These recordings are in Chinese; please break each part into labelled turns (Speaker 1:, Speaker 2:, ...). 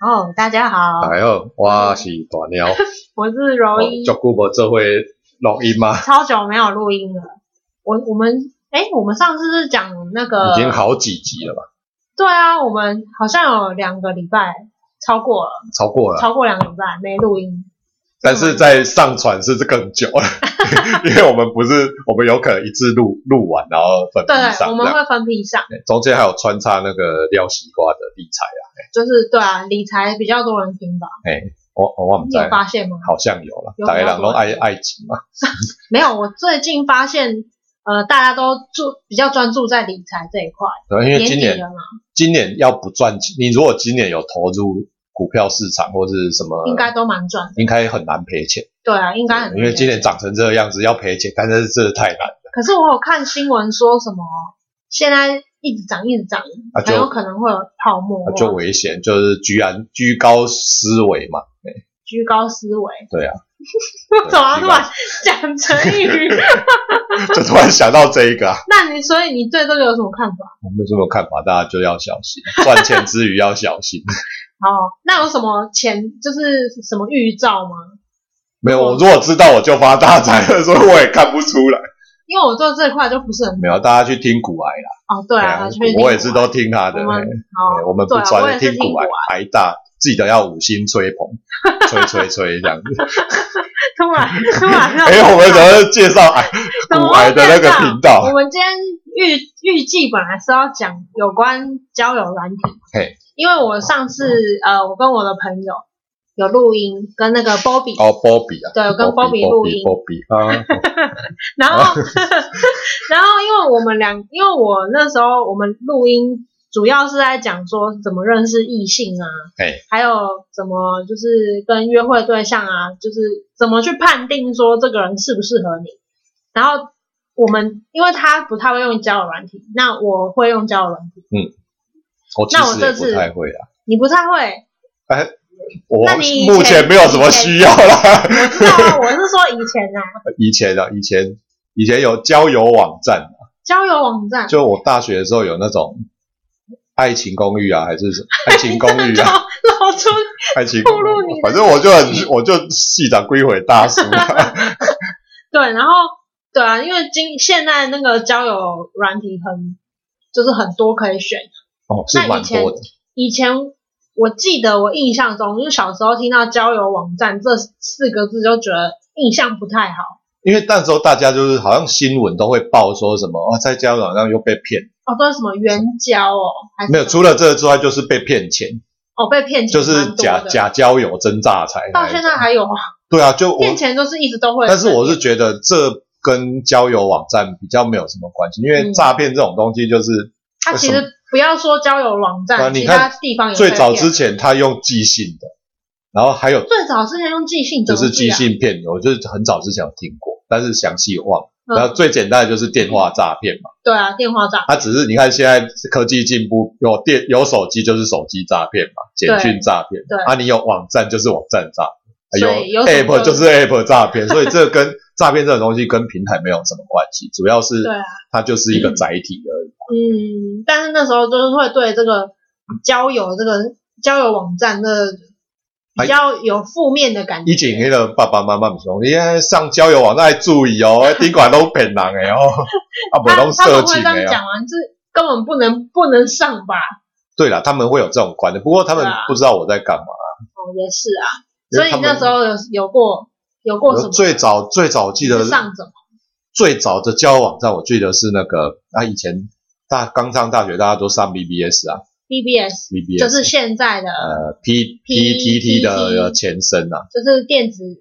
Speaker 1: 哦，大家好，
Speaker 2: 哎哦呦，我是大鸟，
Speaker 1: 我是柔一，
Speaker 2: 照顾我这回录音啊吗？
Speaker 1: 超久没有录音了。我我们哎，我们上次是讲那个
Speaker 2: 已经好几集了吧？
Speaker 1: 对啊，我们好像有两个礼拜超过了，
Speaker 2: 超过了，
Speaker 1: 超过两个礼拜没录音。
Speaker 2: 但是在上传是更久了， 因为我们不是我们有可能一次录录完然后分批
Speaker 1: 对，
Speaker 2: 上，
Speaker 1: 我们
Speaker 2: 这样
Speaker 1: 会分批上，
Speaker 2: 哎中间还有穿插那个撩西瓜的理财啊，
Speaker 1: 就是对啊，理财比较多人听吧？
Speaker 2: 我我忘
Speaker 1: 你
Speaker 2: 在
Speaker 1: 有发现吗？
Speaker 2: 好像有了
Speaker 1: 有，
Speaker 2: 大概
Speaker 1: 比较
Speaker 2: 两
Speaker 1: 多
Speaker 2: 都爱爱情嘛，
Speaker 1: 没有，我最近发现，呃，大家都注比较专注在理财这一块，
Speaker 2: 对，因为
Speaker 1: 年
Speaker 2: 今
Speaker 1: 底
Speaker 2: 年
Speaker 1: 了嘛，
Speaker 2: 今年要不赚钱，你如果今年有投入股票市场或是什么，
Speaker 1: 应该都蛮赚的。
Speaker 2: 应该很难赔钱，
Speaker 1: 对啊，应该很
Speaker 2: 因为今年涨成这个样子要赔钱，但是这太难了。
Speaker 1: 可是我有看新闻说什么，现在一直涨一直涨，
Speaker 2: 啊就
Speaker 1: 很有可能会有泡沫
Speaker 2: 啊，就危险，就是居然居高思维嘛，
Speaker 1: 居高思维。
Speaker 2: 对 啊，
Speaker 1: 为什么要
Speaker 2: 居
Speaker 1: 突
Speaker 2: 高
Speaker 1: 然讲成 语？
Speaker 2: 就突然想到这一个、啊，
Speaker 1: 那你所以你对这个有什么看法？
Speaker 2: 我没有什么看法，大家就要小心，赚钱之余要小心。
Speaker 1: 哦，那有什么前就是什么预兆吗？
Speaker 2: 没有，我如果知道我就发大财了，所以我也看不出来。
Speaker 1: 因为我对这一块就不是很
Speaker 2: 没有，大家去听古癌啦，
Speaker 1: 哦，对啊，
Speaker 2: 哎呀
Speaker 1: 他去
Speaker 2: 我也是都听他的，
Speaker 1: 我们
Speaker 2: 哎
Speaker 1: 好
Speaker 2: 哎我们不
Speaker 1: 对啊我也
Speaker 2: 专
Speaker 1: 是
Speaker 2: 听
Speaker 1: 听
Speaker 2: 古
Speaker 1: 古
Speaker 2: 癌，台大记得要五星吹捧，吹吹吹这样子。
Speaker 1: 突然突然让
Speaker 2: 哎，我们怎么介绍癌古癌的那个频
Speaker 1: 我
Speaker 2: 道？
Speaker 1: 们今天预预计本来是要讲有关交友软体，
Speaker 2: 嘿，
Speaker 1: 因为我上次呃，我跟我的朋友有录音，跟那个 Bobby，、
Speaker 2: 哦，Bobby 啊，
Speaker 1: 对我跟 Bobby 录音
Speaker 2: Bobby 啊，
Speaker 1: 然后 然后因为我们两，因为我那时候我们录音主要是在讲说怎么认识异性啊，
Speaker 2: 哎，
Speaker 1: 还有怎么就是跟约会对象啊，就是怎么去判定说这个人适不适合你。然后我们因为他不太会用交友软体，那我会用交友软体，
Speaker 2: 我其
Speaker 1: 那我
Speaker 2: 实
Speaker 1: 这
Speaker 2: 也
Speaker 1: 次
Speaker 2: 不太会啊。
Speaker 1: 你不太会。
Speaker 2: 我
Speaker 1: 那你以前
Speaker 2: 目前没有什么需要啦。
Speaker 1: 我知道啊，我是说以前啊，
Speaker 2: 以前啊，以前以前有交友网站，
Speaker 1: 交友网站
Speaker 2: 就我大学的时候有那种爱情公寓啊，还是什么爱情公寓啊，
Speaker 1: 露出
Speaker 2: 爱情
Speaker 1: 透露你的
Speaker 2: 反正我就很我就系长归回大叔 啊，
Speaker 1: 对，然后对啊，因为今现在那个交友软体很就是很多可以选。
Speaker 2: 哦，是蛮多的。
Speaker 1: 以前我记得我印象中，就是小时候听到交友网站这四个字就觉得印象不太好。
Speaker 2: 因为那时候大家就是好像新闻都会报说什么哦，在交友网站又被骗，
Speaker 1: 哦，都是什么援交哦，还是
Speaker 2: 没有
Speaker 1: 什么
Speaker 2: 除了这个之外就是被骗钱，
Speaker 1: 哦被骗钱
Speaker 2: 就
Speaker 1: 蛮多的，
Speaker 2: 是假假交友真诈财那
Speaker 1: 到
Speaker 2: 一种。
Speaker 1: 现在还有啊，
Speaker 2: 对啊，就我
Speaker 1: 骗钱都是一直都会。
Speaker 2: 但是我是觉得这跟交友网站比较没有什么关系，因为
Speaker 1: 嗯
Speaker 2: 诈骗这种东西就是
Speaker 1: 他其
Speaker 2: 呃为什
Speaker 1: 实不要说交友网
Speaker 2: 啊
Speaker 1: 站，
Speaker 2: 你
Speaker 1: 其
Speaker 2: 看
Speaker 1: 他地方也
Speaker 2: 最
Speaker 1: 被
Speaker 2: 早
Speaker 1: 骗
Speaker 2: 之前他用寄信的，然后还有
Speaker 1: 最早之前用寄信怎
Speaker 2: 就
Speaker 1: 么
Speaker 2: 是
Speaker 1: 寄
Speaker 2: 寄
Speaker 1: 啊，
Speaker 2: 信骗，我就是很早之前有听过，但是详细忘了。
Speaker 1: 嗯
Speaker 2: 然后最简单的就是电话诈骗嘛，
Speaker 1: 对啊，电话诈
Speaker 2: 它只是你看现在科技进步，有电有手机就是手机诈骗嘛，简讯诈骗，
Speaker 1: 对
Speaker 2: 啊你有网站就是网站诈骗，
Speaker 1: 所以有什么
Speaker 2: app 就是 app 诈骗，所以这 跟诈骗这种东西跟平台没有什么关系，主要是
Speaker 1: 对啊，
Speaker 2: 它就是一个载体而已。
Speaker 1: 嗯，但是那时候就是会对这个交友这个交友网站的
Speaker 2: 哎
Speaker 1: 比较有负面的感觉。
Speaker 2: 以前那个爸爸妈妈咪讲，你要哎上交友网站要注 意哦，顶管都骗人的哦，啊不
Speaker 1: 他
Speaker 2: 拢
Speaker 1: 他
Speaker 2: 色
Speaker 1: 们会
Speaker 2: 情
Speaker 1: 这样
Speaker 2: 的哦。
Speaker 1: 讲完，就是根本不能不能上吧？
Speaker 2: 对了，他们会有这种观念，不过他们
Speaker 1: 对啊
Speaker 2: 不知道我在干嘛。
Speaker 1: 哦，也是啊。
Speaker 2: 因
Speaker 1: 所
Speaker 2: 为
Speaker 1: 以
Speaker 2: 他
Speaker 1: 你
Speaker 2: 们
Speaker 1: 那时候有有过有过什么？
Speaker 2: 最早最早记得
Speaker 1: 是上怎么？
Speaker 2: 最早的交友网站，我记得是那个啊，以前大刚上大学，大家都上 BBS 啊
Speaker 1: BBS
Speaker 2: ，BBS
Speaker 1: 就是现在的，
Speaker 2: 呃 P
Speaker 1: PTT
Speaker 2: PTT 的前身啊，
Speaker 1: 就是电子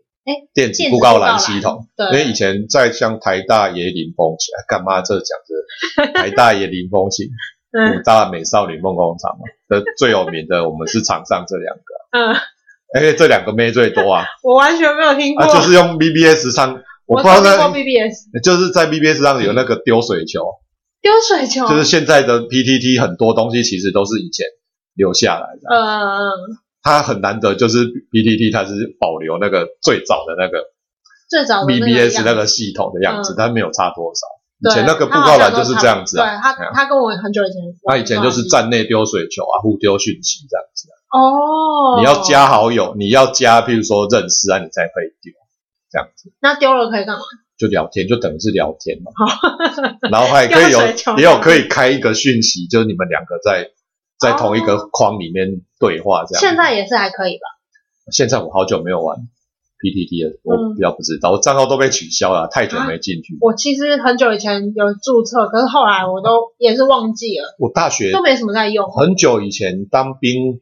Speaker 2: 电
Speaker 1: 电
Speaker 2: 子
Speaker 1: 子
Speaker 2: 布
Speaker 1: 告
Speaker 2: 告
Speaker 1: 栏
Speaker 2: 栏系统。
Speaker 1: 对，
Speaker 2: 因为以前在像台大也林风起来，干嘛这讲这台大也林风 起，
Speaker 1: 嗯
Speaker 2: 五大美少女梦工厂嘛的最有名的，我们是场上这两个，
Speaker 1: 嗯，
Speaker 2: 因为这两个妹最多啊，
Speaker 1: 我完全没有听过，
Speaker 2: 啊就是用 BBS 上，我
Speaker 1: 我
Speaker 2: 不
Speaker 1: 只
Speaker 2: 知道
Speaker 1: 听过
Speaker 2: 那
Speaker 1: BBS
Speaker 2: 就是在 BBS 上有那个丢水球，
Speaker 1: 丢水球，
Speaker 2: 就是现在的 PTT 很多东西其实都是以前留下来的，
Speaker 1: 呃，
Speaker 2: 它很难得就是 PTT 它是保留那个最早的那个
Speaker 1: 最早哦的那个
Speaker 2: BBS
Speaker 1: 样
Speaker 2: 那个系统的样子
Speaker 1: 嗯，
Speaker 2: 但没有差多少。以
Speaker 1: 对
Speaker 2: 前那个布
Speaker 1: 他好
Speaker 2: 告
Speaker 1: 像
Speaker 2: 栏
Speaker 1: 都
Speaker 2: 就是
Speaker 1: 差
Speaker 2: 这
Speaker 1: 不嗯
Speaker 2: 样子啊，
Speaker 1: 对他，他跟我很久以前玩的
Speaker 2: 他
Speaker 1: 东西，
Speaker 2: 以前就是站内丢水球啊，互丢讯息这样子啊、
Speaker 1: 哦，
Speaker 2: 你要加好友，你要加，譬如说认识啊，你才可以丢，这样子
Speaker 1: 那丢了可以干嘛？
Speaker 2: 就聊天，就等于是聊天嘛。 然后还可以有
Speaker 1: 哦用水球
Speaker 2: 也有可以开一个讯息，就是你们两个在在同一个框里面对话这
Speaker 1: 哦
Speaker 2: 样。
Speaker 1: 现在也是还可以吧？
Speaker 2: 现在我好久没有玩 PTT 了，我
Speaker 1: 嗯
Speaker 2: 比较不知道，我账号都被取消了，太久没进去。
Speaker 1: 我其实很久以前有注册，可是后来我都也是忘记了，
Speaker 2: 我大学
Speaker 1: 都没什么在用。
Speaker 2: 很久以前当兵，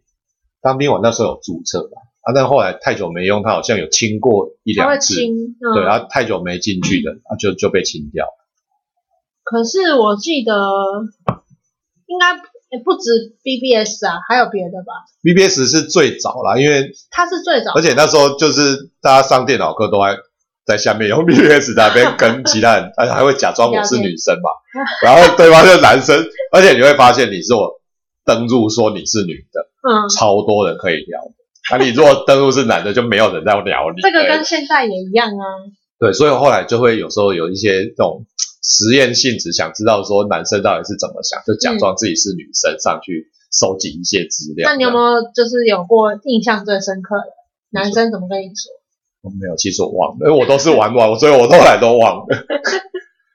Speaker 2: 当兵我那时候有注册吧，啊，但后来太久没用，它好像有清过一
Speaker 1: 它会
Speaker 2: 两次，
Speaker 1: 清，嗯、
Speaker 2: 对，啊，太久没进去的，啊，就就被清掉了。
Speaker 1: 可是我记得应该也不止 BBS 啊，还有别的吧？
Speaker 2: BBS 是最早啦，因为
Speaker 1: 它是最早，
Speaker 2: 而且那时候就是大家上电脑课都还在下面用 BBS 在那边跟其 他人，还还会假装我是女生嘛， 然后对方是男生，而且你会发现你是我登入说你是女的，
Speaker 1: 嗯，
Speaker 2: 超多人可以聊的。啊，你如果登入是男的，就没有人在聊你。
Speaker 1: 这个
Speaker 2: 对
Speaker 1: 跟现在也一样啊。
Speaker 2: 对，所以后来就会有时候有一些这种实验性质，想知道说男生到底是怎么想，就假装自己是女生上去收集一些资
Speaker 1: 嗯
Speaker 2: 料。
Speaker 1: 那你有没有就是有过印象最深刻的男生怎么跟你说？
Speaker 2: 我没有？其实我忘了，因为我都是玩玩，所以我后来 都忘了。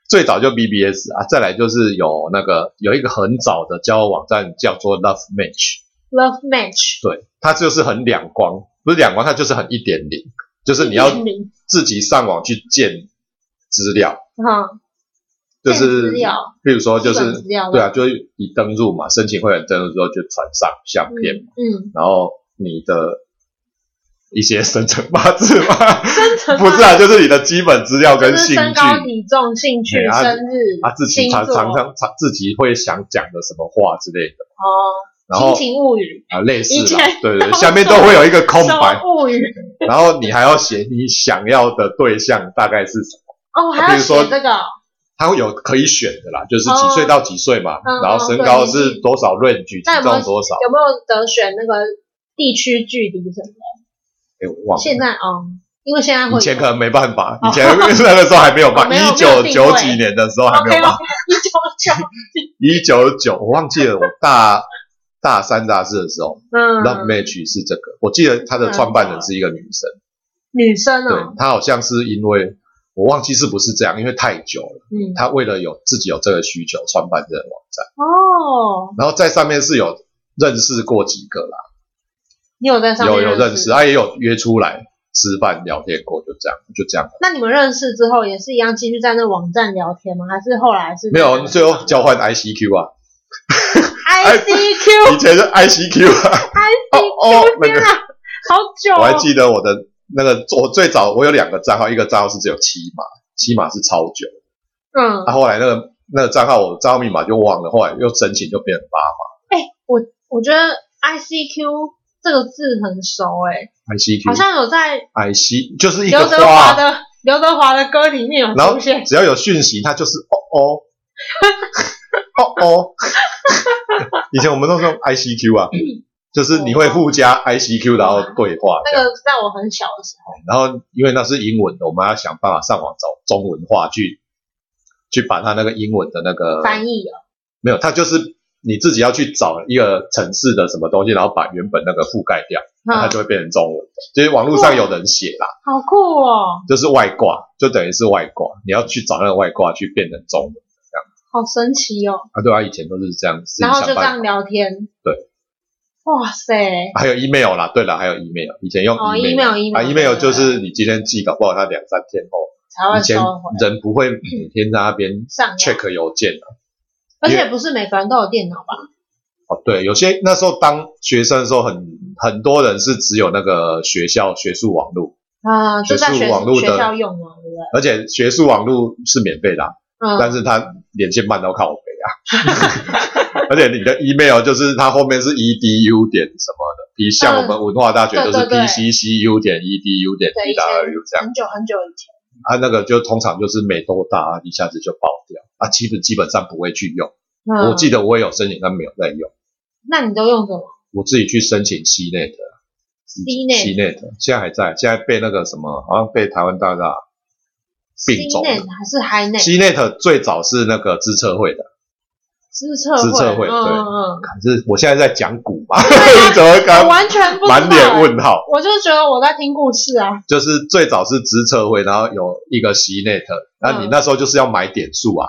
Speaker 2: 最早就 BBS 啊，再来就是有那个有一个很早的交友网站叫做 Love Match，
Speaker 1: Love Match，
Speaker 2: 对，它就是很两光，不是两光，它就是很一点零，就是你要
Speaker 1: 零，
Speaker 2: 自己上网去建资料，
Speaker 1: 嗯，
Speaker 2: 就
Speaker 1: 建
Speaker 2: 是
Speaker 1: 资料
Speaker 2: 譬如说就
Speaker 1: 基本
Speaker 2: 是
Speaker 1: 资料
Speaker 2: 对啊，，就是你登录嘛，申请会员登录之后就传上相片，
Speaker 1: 嗯，
Speaker 2: 然后你的一些生辰八字嘛，
Speaker 1: 嗯，
Speaker 2: 不是啊，就是你的基本资料
Speaker 1: 就
Speaker 2: 跟
Speaker 1: 是
Speaker 2: 兴
Speaker 1: 身
Speaker 2: 趣
Speaker 1: 高、体重、兴趣、
Speaker 2: 哎啊
Speaker 1: 生日
Speaker 2: 啊，自己
Speaker 1: 星
Speaker 2: 常
Speaker 1: 座
Speaker 2: 常常常自己会想讲的什么话之类的，
Speaker 1: 哦，
Speaker 2: 然
Speaker 1: 亲
Speaker 2: 后
Speaker 1: 情物语，
Speaker 2: 啊类似
Speaker 1: 以前
Speaker 2: 啦，对对，
Speaker 1: 都
Speaker 2: 下面都会有一个空
Speaker 1: 什
Speaker 2: 白，
Speaker 1: 么物语？
Speaker 2: 然后你还要写你想要的对象大概是什么，
Speaker 1: 哦，还
Speaker 2: 比
Speaker 1: 要
Speaker 2: 如
Speaker 1: 写
Speaker 2: 说
Speaker 1: 这个哦，
Speaker 2: 它会有可以选的啦，就是几
Speaker 1: 哦
Speaker 2: 岁到几岁嘛，
Speaker 1: 嗯
Speaker 2: 然
Speaker 1: 嗯
Speaker 2: 后身
Speaker 1: 对
Speaker 2: 高
Speaker 1: 年
Speaker 2: 是
Speaker 1: 纪
Speaker 2: 多少 range，
Speaker 1: 那有
Speaker 2: 体
Speaker 1: 没有
Speaker 2: 重多少，
Speaker 1: 有没有得选那个地区距离什么的？
Speaker 2: 哎我忘了。
Speaker 1: 现在哦，因为现在会
Speaker 2: 以前
Speaker 1: 有
Speaker 2: 可能没办法，以前那个时候还没有办，
Speaker 1: 哦
Speaker 2: 法，
Speaker 1: 没有没
Speaker 2: 一
Speaker 1: 有
Speaker 2: 九
Speaker 1: 定
Speaker 2: 九
Speaker 1: 位
Speaker 2: 几年的时候还没有
Speaker 1: OK
Speaker 2: 办，
Speaker 1: OK，
Speaker 2: 法，
Speaker 1: 一九九，
Speaker 2: 一九九我忘记了，我大大三大四的时候，Love
Speaker 1: 嗯，
Speaker 2: Match 是这个，我记得它的创办人是一个女生，
Speaker 1: 女生哦
Speaker 2: 对，，她好像是因为我忘记是不是这样，因为太久了，
Speaker 1: 嗯，
Speaker 2: 她为了有自己有这个需求创办这个网站，
Speaker 1: 哦，
Speaker 2: 然后在上面是有认识过几个啦，
Speaker 1: 你有在上面
Speaker 2: 有有认
Speaker 1: 识
Speaker 2: 识，？她也有约出来吃饭聊天过，就这样就这样，
Speaker 1: 那你们认识之后也是一样继续在那网站聊天吗？还是后来是
Speaker 2: 没有最后交换 ICQ 啊，
Speaker 1: ICQ
Speaker 2: 以前是 ICQ 啊。哦
Speaker 1: ICQ
Speaker 2: 哦，那
Speaker 1: 天
Speaker 2: 个
Speaker 1: 啊，好久哦，
Speaker 2: 我还记得我的那个，我最早我有两个账号，一个账号是只有七码，七码是超久。
Speaker 1: 嗯
Speaker 2: 啊，，后来那个那个账号我账号密码就忘了，后来又申请就变成八
Speaker 1: 我觉得 ICQ 这个字很熟哎，
Speaker 2: 码
Speaker 1: 好
Speaker 2: ICQ
Speaker 1: 像有在
Speaker 2: IC 就是一
Speaker 1: 刘
Speaker 2: 嗯个
Speaker 1: 德华
Speaker 2: 花，
Speaker 1: 的刘德华的歌里面有
Speaker 2: 然后
Speaker 1: 出现。
Speaker 2: 只要有讯息，它就是 哦哦哦哦。以前我们都是用 ICQ 啊，就是你会附加 ICQ 然后对话这
Speaker 1: 那
Speaker 2: 样，
Speaker 1: 个在我很小的时候，
Speaker 2: 然后因为那是英文的，我们要想办法上网找中文话去去把它那个英文的那个
Speaker 1: 翻译哦，
Speaker 2: 没有，它就是你自己要去找一个城市的什么东西，然后把原本那个覆盖掉，那它
Speaker 1: 嗯，
Speaker 2: 就会变成中文。就是网络上有人写啦，
Speaker 1: 好酷哦，
Speaker 2: 就是外挂，就等于是外挂，你要去找那个外挂去变成中文
Speaker 1: 好神奇哦。
Speaker 2: 啊。对啊，以前都是这样，自己
Speaker 1: 然后就
Speaker 2: 想
Speaker 1: 这
Speaker 2: 办法。
Speaker 1: 样聊天，
Speaker 2: 对，
Speaker 1: 哇塞，
Speaker 2: 还有 email 啦，对啦，还有 email，以前用
Speaker 1: 哦
Speaker 2: email，、
Speaker 1: email，email，
Speaker 2: 啊，email
Speaker 1: 对
Speaker 2: 就是你今天寄，搞不好它两三天后，
Speaker 1: 才会
Speaker 2: 以前
Speaker 1: 收回嗯
Speaker 2: 人不会每天在那边
Speaker 1: 上网
Speaker 2: check 邮件啊。
Speaker 1: 而
Speaker 2: 因
Speaker 1: 且不是每个人都有电脑吧？
Speaker 2: 哦，对，有些那时候当学生的时候很很多人是只有那个学校学术网络，
Speaker 1: 啊，就在
Speaker 2: 学术
Speaker 1: 学
Speaker 2: 网络
Speaker 1: 学
Speaker 2: 的
Speaker 1: 校用嘛，对不对？
Speaker 2: 而且学术网络是免费的啊、
Speaker 1: 嗯，
Speaker 2: 但是它连线慢到靠北啊。 而且你的 email 就是它后面是 edu 点什么的，比像我们文化大学都是
Speaker 1: 嗯对对对
Speaker 2: pccu 点 edu 点
Speaker 1: 对以
Speaker 2: d
Speaker 1: 前
Speaker 2: w 这样，
Speaker 1: 很久很久以前，
Speaker 2: 它那个就通常就是美多大一下子就爆掉啊，基本基本上不会去用。
Speaker 1: 嗯
Speaker 2: 我记得我也有申请，但没有在用，
Speaker 1: 那你都用什么？
Speaker 2: 我自己去申请 CNET 啊。
Speaker 1: CNET
Speaker 2: CNET 现在还在，现在被那个什么，好像被台湾大大并
Speaker 1: c
Speaker 2: 种
Speaker 1: n e
Speaker 2: 了。
Speaker 1: t 还是 HiNet？
Speaker 2: CNET 最早是那个资策会的。
Speaker 1: 知测
Speaker 2: 知测
Speaker 1: 会，
Speaker 2: 会
Speaker 1: 嗯
Speaker 2: 对
Speaker 1: 嗯
Speaker 2: 可是我现在在讲股嘛，
Speaker 1: 啊
Speaker 2: 怎么
Speaker 1: 嗯，
Speaker 2: 刚
Speaker 1: 我完全不知道欸
Speaker 2: 满脸，问号？
Speaker 1: 我就觉得我在听故事啊，
Speaker 2: 就是最早是知测会，然后有一个 CNET，那你那时候就是要买点数啊，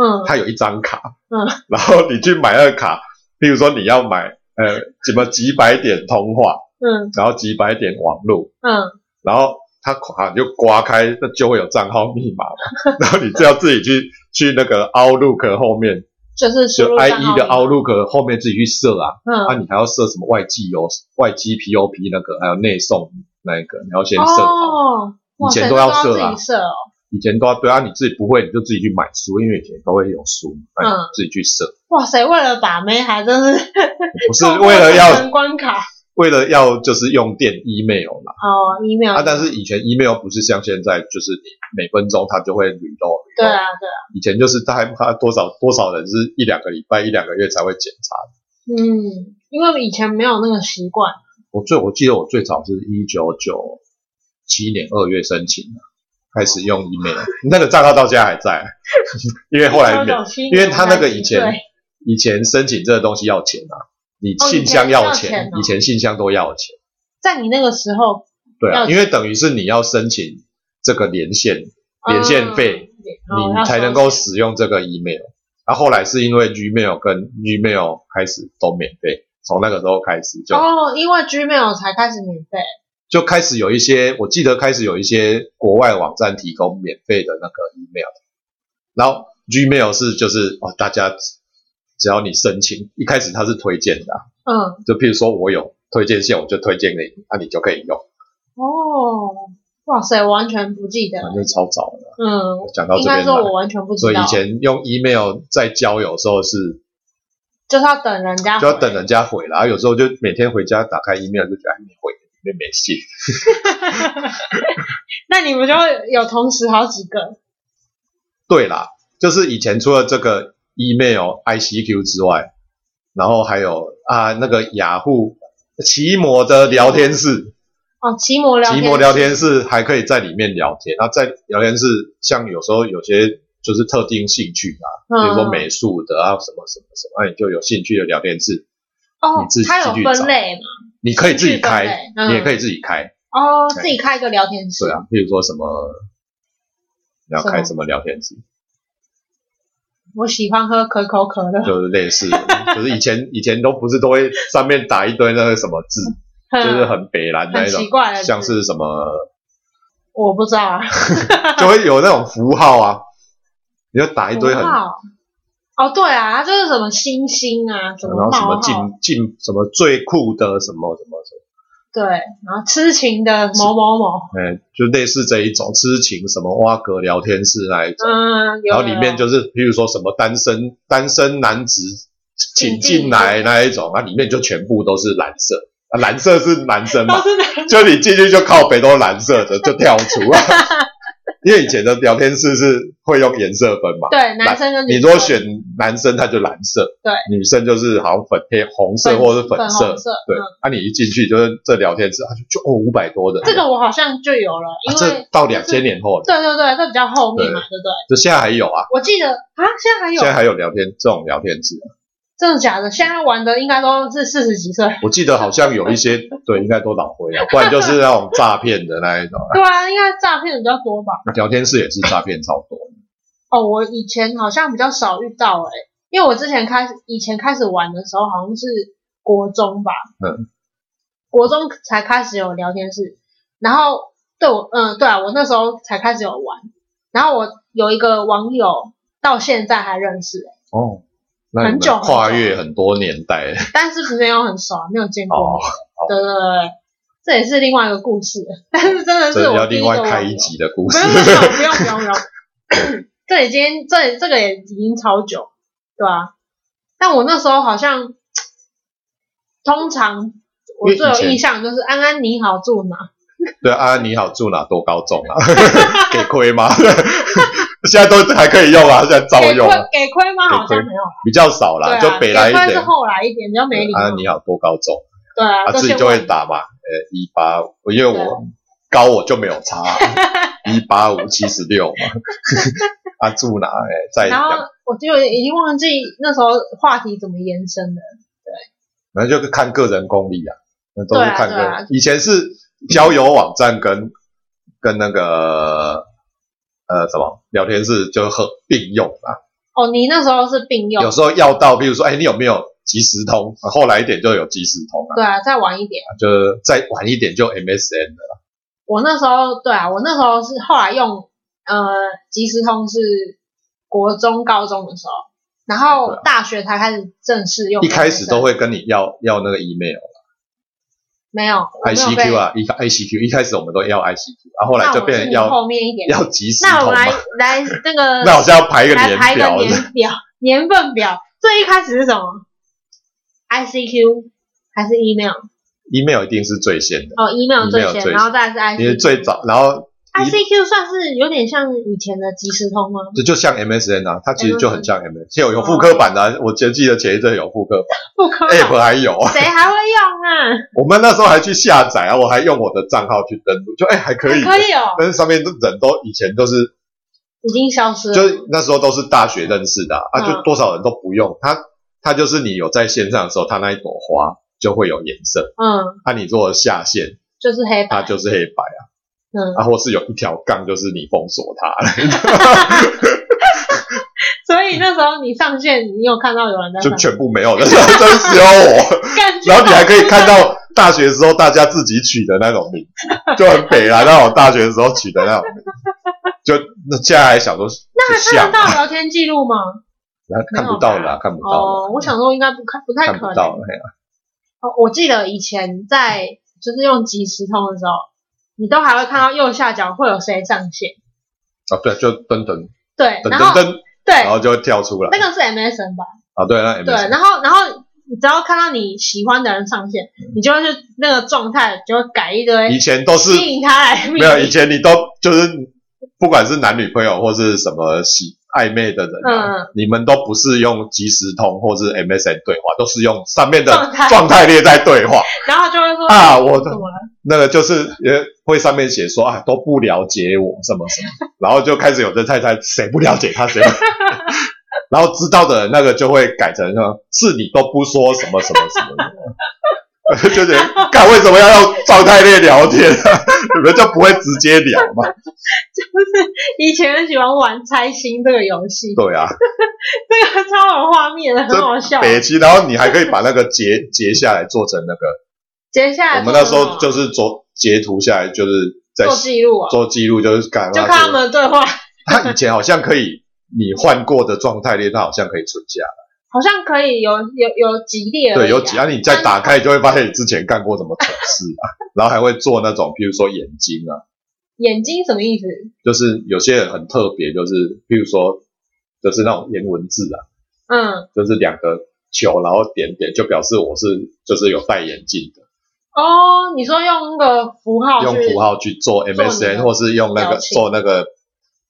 Speaker 1: 嗯
Speaker 2: 它有一张卡，
Speaker 1: 嗯，
Speaker 2: 然后你去买那个卡，譬如说你要买呃什么几百点通话，
Speaker 1: 嗯
Speaker 2: 然后几百点网络，
Speaker 1: 嗯，
Speaker 2: 然后它卡你就刮开，那就会有账号密码 嘛，然后你就要自己去去那个 Outlook 后面，
Speaker 1: 就是输
Speaker 2: 就
Speaker 1: 入
Speaker 2: IE 的
Speaker 1: 账号密
Speaker 2: Outlook 后面自己去设啊，
Speaker 1: 码，
Speaker 2: 啊，
Speaker 1: 嗯，
Speaker 2: 你还要设什么外寄邮、外寄 POP 那个，还有内送那一个，你要先设好。
Speaker 1: 哦，哇
Speaker 2: 以前
Speaker 1: 塞
Speaker 2: 都
Speaker 1: 那
Speaker 2: 要
Speaker 1: 要
Speaker 2: 设啊
Speaker 1: 自己设哦，
Speaker 2: 以前都要对啊，你自己不会，你就自己去买书，因为以前都会有书，哎
Speaker 1: 嗯
Speaker 2: 自己去设，
Speaker 1: 哇塞，为了把妹还真是
Speaker 2: 不是
Speaker 1: 通过
Speaker 2: 为了
Speaker 1: 层层
Speaker 2: 要
Speaker 1: 关卡
Speaker 2: 为了要就是用电 email 啦。
Speaker 1: 哦，email
Speaker 2: 啊，但是以前 email 不是像现在，就是你每分钟它就会 reload。
Speaker 1: 对啊对啊，
Speaker 2: 以前就是大概它多少多少人是一两个礼拜、一两个月才会检查。
Speaker 1: 嗯，因为以前没有那个习惯，
Speaker 2: 我最我记得我最早是一九九七年二月申请的，开始用 email，那个账号到现在还在， 因为后来免
Speaker 1: 1997
Speaker 2: 因为他那个以前
Speaker 1: 对
Speaker 2: 以前申请这个东西要钱啊，你
Speaker 1: 哦
Speaker 2: 信箱要
Speaker 1: 以前要钱哦
Speaker 2: 以前信箱都要钱，
Speaker 1: 在你那个时候
Speaker 2: 对
Speaker 1: 要钱
Speaker 2: 啊，
Speaker 1: 哦
Speaker 2: 因为等于是你要申请这个连线，连线
Speaker 1: 嗯
Speaker 2: 费你才能够使用这个 email。啊，后来是因为 Gmail 跟 Gmail 开始都免费，从那个时候开始就、
Speaker 1: 哦，因为 Gmail 才开始免费，
Speaker 2: 就开始有一些，我记得开始有一些国外网站提供免费的那个 email，然后 Gmail 是就是哦，大家只只要你申请，一开始它是推荐的啊、
Speaker 1: 嗯，
Speaker 2: 就譬如说我有推荐线，我就推荐给你，那、你就可以用，
Speaker 1: 哦，哇塞，完全不记得，
Speaker 2: 反正超早的。
Speaker 1: 嗯，
Speaker 2: 讲到
Speaker 1: 应
Speaker 2: 这
Speaker 1: 该
Speaker 2: 边
Speaker 1: 说我
Speaker 2: 来，
Speaker 1: 完全不
Speaker 2: 所
Speaker 1: 知
Speaker 2: 以
Speaker 1: 道，
Speaker 2: 以前用 email 在交友的时候是
Speaker 1: 就是要等人家，
Speaker 2: 就要等人，家回啦，然后啊有时候就每天回家打开 email 就觉得还没回，里面没信，
Speaker 1: 那你们就会有同时好几个，
Speaker 2: 对啦，就是以前除了这个 email、ICQ 之外，然后还有啊那个雅虎奇摩的聊天室，
Speaker 1: 哦，奇摩聊
Speaker 2: 奇
Speaker 1: 天，
Speaker 2: 摩聊，天室还可以在里面聊天。那在聊天室，像有时候有些就是特定兴趣啊，
Speaker 1: 嗯
Speaker 2: 比如说美术的啊什么什么什么，那你就有兴趣的聊天室，
Speaker 1: 哦
Speaker 2: 你自，己
Speaker 1: 它有
Speaker 2: 自己
Speaker 1: 分
Speaker 2: 找
Speaker 1: 类嘛，
Speaker 2: 你可以自己
Speaker 1: 兴趣
Speaker 2: 开，
Speaker 1: 分类嗯
Speaker 2: 你也可以自己开，
Speaker 1: 哦，
Speaker 2: 对
Speaker 1: 自己开一个聊天室
Speaker 2: 对，啊，譬如说什么。你要开什么聊天室？
Speaker 1: 我喜欢喝可口可乐，
Speaker 2: 就是类似，就是以前以前都不是都会上面打一堆那个什么字，啊就是很北蓝
Speaker 1: 嗯
Speaker 2: 那
Speaker 1: 很
Speaker 2: 一种
Speaker 1: 奇，怪的，
Speaker 2: 像是什么
Speaker 1: 我不知道啊，
Speaker 2: 就会有那种符号啊，你就打一堆很
Speaker 1: 符号哦，对啊，它就是什么星星啊，什
Speaker 2: 然
Speaker 1: 么
Speaker 2: 后
Speaker 1: 冒
Speaker 2: 什
Speaker 1: 号
Speaker 2: 么，进进什么最酷的什么什么什么，
Speaker 1: 对，然后痴情的某某某，
Speaker 2: 哎，就类似这一种痴情什么蛙格聊天室那一种，
Speaker 1: 嗯，有
Speaker 2: 然后里面
Speaker 1: 有
Speaker 2: 就是比如说什么单身单身男子请进来那一种啊，里面就全部都是蓝色，啊蓝色是男生嘛
Speaker 1: 都，是男
Speaker 2: 就你进去就靠北都蓝色的，就跳出 啊。因为以前的聊天室是会用颜色分嘛，
Speaker 1: 对男生跟
Speaker 2: 你
Speaker 1: 女
Speaker 2: 如果
Speaker 1: 生
Speaker 2: 选男生他就蓝色，
Speaker 1: 对，
Speaker 2: 女生就是好像粉黑红色
Speaker 1: 粉
Speaker 2: 或者是
Speaker 1: 粉
Speaker 2: 色
Speaker 1: 红，色，
Speaker 2: 对
Speaker 1: 嗯。
Speaker 2: 啊，你一进去就是这聊天室，啊就就哦五百多人，
Speaker 1: 这个我好像就有了，
Speaker 2: 啊
Speaker 1: 因
Speaker 2: 这
Speaker 1: 为
Speaker 2: 到两千年后了，
Speaker 1: 对对对，这比较后面嘛，对不对？
Speaker 2: 就现在还有啊，
Speaker 1: 我记得啊，现在还有
Speaker 2: 现在还有聊天这种聊天室，
Speaker 1: 真的假的？现在玩的应该都是四十几岁，
Speaker 2: 我记得好像有 一些对，应该都老灰了，不然就是那种诈骗的那一种，
Speaker 1: 对啊，应该诈骗的比较多吧？
Speaker 2: 聊天室也是诈骗超多，
Speaker 1: 哦，我以前好像比较少遇到哎、因为我之前开始以前开始玩的时候，好像是国中吧，
Speaker 2: 嗯，
Speaker 1: 国中才开始有聊天室，然后对我，嗯，对啊，我那时候才开始有玩，然后我有一个网友到现在还认识、欸，
Speaker 2: 哦，那你
Speaker 1: 很
Speaker 2: 们
Speaker 1: 久很久
Speaker 2: 跨越很多年代。
Speaker 1: 但是没有很熟，没有见过
Speaker 2: 哦
Speaker 1: 面，对对对对，这也是另外一个故事，但是真的
Speaker 2: 这
Speaker 1: 是我
Speaker 2: 要
Speaker 1: 第一
Speaker 2: 另
Speaker 1: 个
Speaker 2: 外
Speaker 1: 网
Speaker 2: 开一
Speaker 1: 友。
Speaker 2: 集的故
Speaker 1: 不
Speaker 2: 事。
Speaker 1: 用 不用不用不用不用， 这已经这这个也已经超久，对啊。但我那时候好像，通常我
Speaker 2: 因为
Speaker 1: 最
Speaker 2: 以
Speaker 1: 有
Speaker 2: 前
Speaker 1: 印象就是安安你好住哪，
Speaker 2: 对啊，你好，住哪多高中啊？ 给亏吗？ 现在都还可以用啊，现在照
Speaker 1: 给
Speaker 2: 用
Speaker 1: 亏
Speaker 2: 啊，
Speaker 1: 给亏吗？
Speaker 2: 给
Speaker 1: 好像
Speaker 2: 亏
Speaker 1: 没有，
Speaker 2: 比较少
Speaker 1: 对
Speaker 2: 啦，
Speaker 1: 啊，
Speaker 2: 就北来一
Speaker 1: 给亏是
Speaker 2: 点。
Speaker 1: 后来一点，比较没礼貌，
Speaker 2: 啊，你好，多高中？
Speaker 1: 对啊，
Speaker 2: 啊，
Speaker 1: 这
Speaker 2: 自己
Speaker 1: 些
Speaker 2: 就会
Speaker 1: 问
Speaker 2: 打嘛，呃，一八五，因为我高我就没有 差啊，一八五七十六嘛。啊，住哪？哎，在
Speaker 1: 然后
Speaker 2: 两
Speaker 1: 我我就已经忘记那时候话题怎么延伸的。
Speaker 2: 反正就看个人功力啊，那都是看个人。
Speaker 1: 对啊对啊
Speaker 2: 以前是交友网站跟跟那个呃什么聊天室就合并用啊，
Speaker 1: 哦，你那时候是并用
Speaker 2: 有，时候要到，比如说哎你有没有即时通？啊后来一点就有即时通啊，
Speaker 1: 对啊，再晚一点。
Speaker 2: 就是再晚一点就 MSN 了。
Speaker 1: 我那时候对啊，我那时候是后来用呃即时通是国中、高中的时候，然后
Speaker 2: 对啊
Speaker 1: 大学才开始正式用。
Speaker 2: 一开始都会跟你要要那个 email
Speaker 1: 没有我没有
Speaker 2: ICQ
Speaker 1: 被，
Speaker 2: 啊，一 ICQ 一开始我们都要 ICQ，然、啊后后来
Speaker 1: 那
Speaker 2: 就
Speaker 1: 我
Speaker 2: 变
Speaker 1: 是
Speaker 2: 成
Speaker 1: 你
Speaker 2: 要
Speaker 1: 后面一点。
Speaker 2: 要即时
Speaker 1: 那我
Speaker 2: 通
Speaker 1: 们来
Speaker 2: 嘛，
Speaker 1: 来那个，
Speaker 2: 那好像要排一个
Speaker 1: 来
Speaker 2: 年
Speaker 1: 排个
Speaker 2: 表，是不是
Speaker 1: 年表、年份表。最一开始是什么？ICQ 还是 email？
Speaker 2: email 一定是最先的，
Speaker 1: 哦，email 最
Speaker 2: email 最
Speaker 1: 先，
Speaker 2: 先
Speaker 1: 然后再来是
Speaker 2: 因为
Speaker 1: ICQ。
Speaker 2: 最早，然后
Speaker 1: ICQ 算是有点像以前的即时通吗？
Speaker 2: 这就像 MSN 啊，它其实就很像 MSN，现在有有复刻版的啊、我记记得前一阵有复刻
Speaker 1: 不可
Speaker 2: 版
Speaker 1: 能，
Speaker 2: ，App 还有啊。
Speaker 1: 谁还会用啊？
Speaker 2: 我们那时候还去下载啊，我还用我的账号去登录，就哎、还可以，
Speaker 1: 可以哦，
Speaker 2: 但是上面的人都以前都是，
Speaker 1: 已经消失了。
Speaker 2: 就那时候都是大学认识的啊，啊就
Speaker 1: 嗯
Speaker 2: 多少人都不用它，它就是你有在线上的时候，它那一朵花就会有颜色，
Speaker 1: 嗯，
Speaker 2: 啊，你如果下线，
Speaker 1: 就是黑白。
Speaker 2: 它就是黑白啊，
Speaker 1: 嗯，
Speaker 2: 啊，或是有一条杠就是你封锁啊它，
Speaker 1: 所以那时候你上线，你有看到有人在
Speaker 2: 就
Speaker 1: 上线，
Speaker 2: 全部没有的， 真的只有我。
Speaker 1: 感觉
Speaker 2: 然后你还可以看到大学时候大家自己取的那种名，就很北啦，那种大学时候取的那种名，就那接下来想说，
Speaker 1: 那
Speaker 2: 就
Speaker 1: 还看
Speaker 2: 像
Speaker 1: 得到聊天记录吗？
Speaker 2: 看不到啦，看不到
Speaker 1: 哦，我想说应该不看，不
Speaker 2: 啦，
Speaker 1: 太可
Speaker 2: 看不
Speaker 1: 能。
Speaker 2: 到啦，嘿啊
Speaker 1: 哦，我记得以前在就是用即时通的时候，你都还会看到右下角会有谁上线，
Speaker 2: 啊，对，就噔噔
Speaker 1: 对，
Speaker 2: 噔
Speaker 1: 然后
Speaker 2: 噔噔，
Speaker 1: 对，
Speaker 2: 然后就会跳出来
Speaker 1: 那，个是 MSN 吧？
Speaker 2: 啊，对，那
Speaker 1: 对，
Speaker 2: MS
Speaker 1: 然后然后你只要看到你喜欢的人上线，你就会去那个状态就会改一堆
Speaker 2: 以前都是
Speaker 1: 吸引他来密
Speaker 2: 没有，以
Speaker 1: 你，
Speaker 2: 前你都就是不管是男女朋友或是什么喜暧昧的人啊，
Speaker 1: 嗯
Speaker 2: 你们都不是用即时通或是 MSN 对话，都是用上面的
Speaker 1: 状态
Speaker 2: 状态列在对 话。
Speaker 1: 然后就会说
Speaker 2: 啊
Speaker 1: 哎
Speaker 2: 我
Speaker 1: 怎么了？
Speaker 2: 那个就是呃，会上面写说啊都不了解我什么什 么，然后就开始有人猜猜谁不了解他谁不 了解，然后知道的人那个就会改成说是你都不说什么什么什么的，我 就觉得干为什么要用状态列聊天啊？ 你们就不会直接聊嘛？
Speaker 1: 以前很喜欢玩猜心这个游戏，
Speaker 2: 对啊，
Speaker 1: 这个超有画面的，很好笑。
Speaker 2: 北齐，然后你还可以把那个截截下来做成那个，
Speaker 1: 接下来
Speaker 2: 我们那时
Speaker 1: 做
Speaker 2: 候就
Speaker 1: 什
Speaker 2: 是做截图下来就是在
Speaker 1: 么哦做记录啊，
Speaker 2: 做记录，就是干
Speaker 1: 就
Speaker 2: 嘛
Speaker 1: 看他们的对话，
Speaker 2: 他以前好像可以，你换过的状态列，它好像可以存下。来。
Speaker 1: 好像可以有有有几列而已啊，
Speaker 2: 对，有几啊，你再打开就会发现你之前干过什么蠢事啊，然后还会做那种，譬如说眼睛啊，
Speaker 1: 眼睛什么意思？
Speaker 2: 就是有些人很特别，就是譬如说，就是那种颜文字啊，
Speaker 1: 嗯，
Speaker 2: 就是两个球，然后点点，就表示我是就是有戴眼镜的，
Speaker 1: 哦，你说用那个符号
Speaker 2: 用
Speaker 1: 去
Speaker 2: 符号去做
Speaker 1: 哦做你的
Speaker 2: MSN 或是用那个
Speaker 1: 表情
Speaker 2: 做那个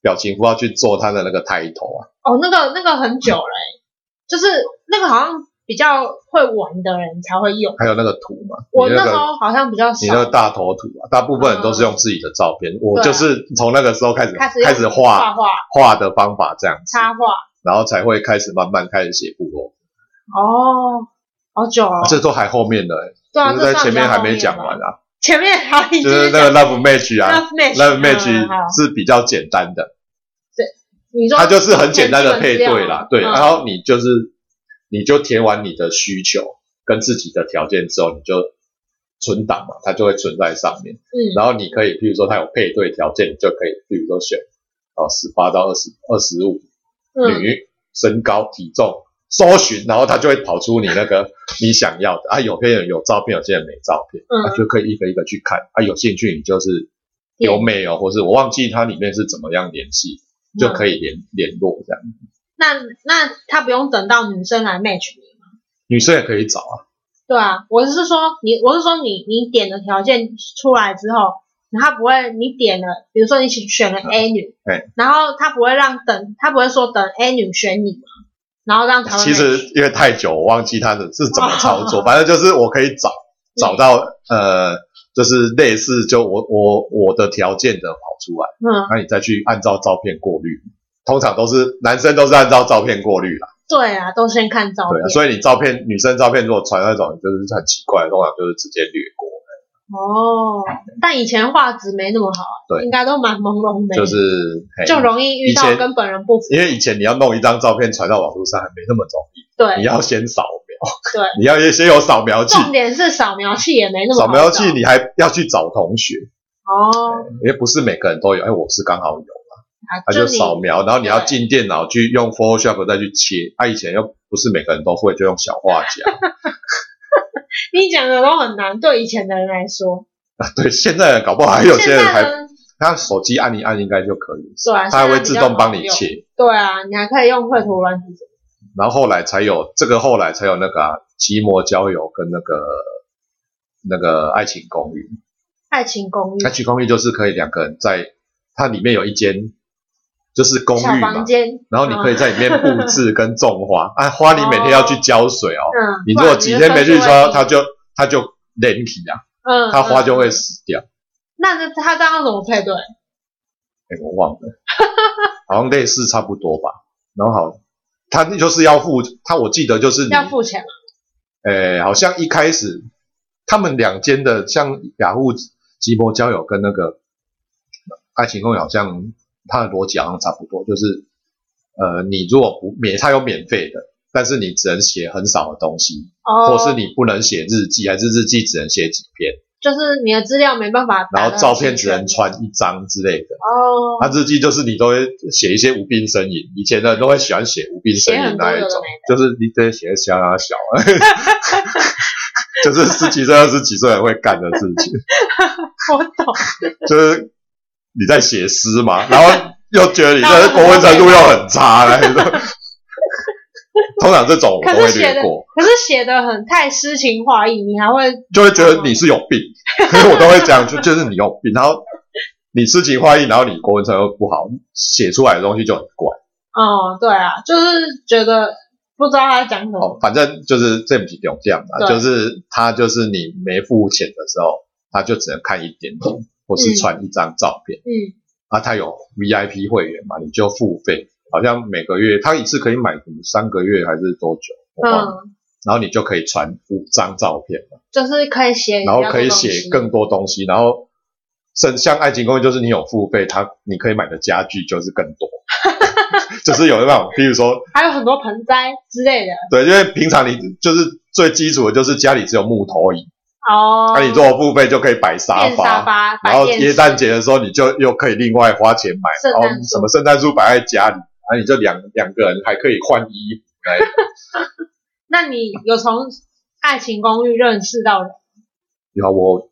Speaker 2: 表情符号去做它的那个 title 啊，
Speaker 1: 哦，那个那个很久了欸、就是那个好像比较会玩的人才会用。
Speaker 2: 还有那个图嘛，
Speaker 1: 我
Speaker 2: 你
Speaker 1: 那
Speaker 2: 那
Speaker 1: 时
Speaker 2: 个
Speaker 1: 候好像比较
Speaker 2: 你那个
Speaker 1: 少
Speaker 2: 大头图啊，大部分人都是用自己的照片。我
Speaker 1: 对啊
Speaker 2: 就是从那个时候开始
Speaker 1: 开始
Speaker 2: 开始
Speaker 1: 用画
Speaker 2: 画
Speaker 1: 画、
Speaker 2: 画的方法这样子，
Speaker 1: 插画。
Speaker 2: 然后才会开始慢慢开始写部落。
Speaker 1: 哦，好久哦，
Speaker 2: 这都还后面的欸，
Speaker 1: 对啊，
Speaker 2: 就
Speaker 1: 这
Speaker 2: 是在
Speaker 1: 算
Speaker 2: 前
Speaker 1: 比较
Speaker 2: 面还
Speaker 1: 后
Speaker 2: 没讲
Speaker 1: 吧
Speaker 2: 完，啊，
Speaker 1: 前面还已
Speaker 2: 就
Speaker 1: 经
Speaker 2: 是那个 Love Match 啊
Speaker 1: love match
Speaker 2: ，Love
Speaker 1: 嗯好啊
Speaker 2: Match 是比较简单的，
Speaker 1: 你说
Speaker 2: 它就是很简单的配
Speaker 1: 基本
Speaker 2: 对
Speaker 1: 资料
Speaker 2: 啦
Speaker 1: 吗，
Speaker 2: 对，
Speaker 1: 嗯
Speaker 2: 然后你就是你就填完你的需求跟自己的条件之后，你就存档嘛，它就会存在上面。
Speaker 1: 嗯，
Speaker 2: 然后你可以，譬如说它有配对条件，你就可以，譬如说选哦十八到二十二十五
Speaker 1: 嗯
Speaker 2: 女，身高体重，搜寻，然后它就会跑出你 那个你想要的啊。有些人有照片，有些人没照片，
Speaker 1: 嗯
Speaker 2: 啊就可以一个一个去看啊。有兴趣你就是有没有，或是我忘记它里面是怎么样联系，就
Speaker 1: 以。
Speaker 2: 可以联联络这样。
Speaker 1: 那那他不用等到女生来 match 你吗？
Speaker 2: 女生也可以找啊，
Speaker 1: 对啊，我是说你，我是说你，你点的条件出来之后，然后他不会，你点了，比如说你选
Speaker 2: 嗯
Speaker 1: 了 A 女，
Speaker 2: 对
Speaker 1: 然后他不会让等，他不会说等 A 女选你嘛，然后让他们
Speaker 2: 其实因为太久，我忘记它的是怎么操 作，反正就是我可以找。找到呃，就是类似就我我我的条件的跑出来，
Speaker 1: 嗯，
Speaker 2: 那你再去按照照片过滤，通常都是男生都是按照照片过滤啦，
Speaker 1: 对啊，都先看照
Speaker 2: 对
Speaker 1: 片
Speaker 2: 啊，。所以你照片女生照片如果传那种就是很奇怪，通常就是直接略过，
Speaker 1: 哦，但以前画质没那么好啊，
Speaker 2: 对
Speaker 1: 应该都蛮朦胧的，
Speaker 2: 就是嘿
Speaker 1: 就容易遇
Speaker 2: 以
Speaker 1: 到
Speaker 2: 前
Speaker 1: 跟本人不符。
Speaker 2: 因为以前你要弄一张照片传到网络上还没那么容易，
Speaker 1: 对，
Speaker 2: 你要先扫描，
Speaker 1: 对，
Speaker 2: 你要先有扫描器，
Speaker 1: 重点是扫描器也没那么
Speaker 2: 扫
Speaker 1: 好
Speaker 2: 描
Speaker 1: 找
Speaker 2: 器你还要去找同学，
Speaker 1: 哦，
Speaker 2: 因为不是每个人都有，哎，我是刚好有，
Speaker 1: 啊
Speaker 2: 他
Speaker 1: 就
Speaker 2: 就
Speaker 1: 你
Speaker 2: 扫描，然后你要
Speaker 1: 对
Speaker 2: 进电脑去用 Photoshop 再去切，他以前又不是每个人都会，就用小画家，
Speaker 1: 你讲的都很难，对以前的人来说，
Speaker 2: 对，现在搞不好还有些
Speaker 1: 现
Speaker 2: 人
Speaker 1: 在
Speaker 2: 还
Speaker 1: 呢，
Speaker 2: 他手机按一按应该就可以，
Speaker 1: 对啊，
Speaker 2: 他还
Speaker 1: 现在
Speaker 2: 会
Speaker 1: 比
Speaker 2: 自
Speaker 1: 较
Speaker 2: 动帮
Speaker 1: 好
Speaker 2: 你
Speaker 1: 用。
Speaker 2: 切，
Speaker 1: 对啊，你还可以用绘图软体。
Speaker 2: 然后后来才有这个，后来才有那个啊奇摩交友跟那个那个爱情公寓。
Speaker 1: 爱情公寓
Speaker 2: 那去公寓就是可以两个人在它里面有一间就是公
Speaker 1: 小
Speaker 2: 寓嘛
Speaker 1: 房，间，嗯
Speaker 2: 然后你可以在里面布置 跟种花，啊，花你每天要去浇水哦。
Speaker 1: 嗯，
Speaker 2: 你
Speaker 1: 不
Speaker 2: 如果
Speaker 1: 然
Speaker 2: 几
Speaker 1: 的
Speaker 2: 天
Speaker 1: 分
Speaker 2: 没
Speaker 1: 就
Speaker 2: 去
Speaker 1: 会
Speaker 2: 浇，
Speaker 1: 低
Speaker 2: 它就它就连体啊，
Speaker 1: 嗯，
Speaker 2: 它花就
Speaker 1: 嗯
Speaker 2: 会死掉。
Speaker 1: 那那他这样怎么配对？
Speaker 2: 哎，我忘了，好像类似差不多吧。然后好，它就是要付它，我记得就是你
Speaker 1: 要付钱吗？
Speaker 2: 诶，好像一开始他们两间的，像雅虎、吉摩交友跟那个爱情公寓，好像它的逻辑好像差不多，就是呃，你如果不免，它有免费的，但是你只能写很少的东西，
Speaker 1: 哦，
Speaker 2: 或是你不能写日记，还是日记只能写几篇，
Speaker 1: 就是你的资料没办法打
Speaker 2: 然
Speaker 1: 得
Speaker 2: 后
Speaker 1: 很齐全，
Speaker 2: 照片只能传一张之类的。
Speaker 1: 哦，
Speaker 2: 他日记就是你都会写一些无病呻吟，以前的人都会喜欢写无病呻
Speaker 1: 写
Speaker 2: 吟
Speaker 1: 很多
Speaker 2: 那一
Speaker 1: 有
Speaker 2: 种
Speaker 1: 的，
Speaker 2: 就是你得写小啊小啊， 就是十几岁二十几岁人会干的事情，
Speaker 1: 我懂，
Speaker 2: 就是你在写诗嘛，然后又觉得你这国文程度又很差那一种，通常这种我都
Speaker 1: 可
Speaker 2: 会
Speaker 1: 是写
Speaker 2: 略
Speaker 1: 的
Speaker 2: 过，
Speaker 1: 可是写的很太诗情画意，你还会
Speaker 2: 就会觉得你是有 病，可是我都会讲就就是你有病，然后你诗情画意，然后你国文程度不好，写出来的东西就很怪。
Speaker 1: 哦，对啊，就是觉得不知道他在讲什么，
Speaker 2: 哦，反正就是这不是这样嘛，
Speaker 1: 对
Speaker 2: 就是他就是你没付钱的时候，他就只能看一点点，或是传一张照片、
Speaker 1: 嗯，
Speaker 2: 啊。他有 VIP 会员嘛，你就付费，好像每个月他一次可以买三个月还是多久？我忘了。
Speaker 1: 嗯，
Speaker 2: 然后你就可以传五张照片嘛，
Speaker 1: 就是可以写，
Speaker 2: 然后可以写更多东西，然后甚像爱情公寓就是你有付费，他你可以买的家具就是更多， 就是有那种，比如说
Speaker 1: 还有很多盆栽之类的
Speaker 2: 对，因为平常你就是最基础的就是家里只有木头椅，
Speaker 1: 哦。
Speaker 2: 那、啊你做付费就可以摆沙
Speaker 1: 变哦沙发，
Speaker 2: 然后
Speaker 1: 摆电视
Speaker 2: 耶诞节的时候你就又可以另外花钱买，
Speaker 1: 圣
Speaker 2: 然
Speaker 1: 诞
Speaker 2: 后
Speaker 1: 树
Speaker 2: 什么圣诞树摆在家里，然后你就两两个人还可以换衣服。哎，
Speaker 1: 那你有从《爱情公寓》认识到的
Speaker 2: 然后我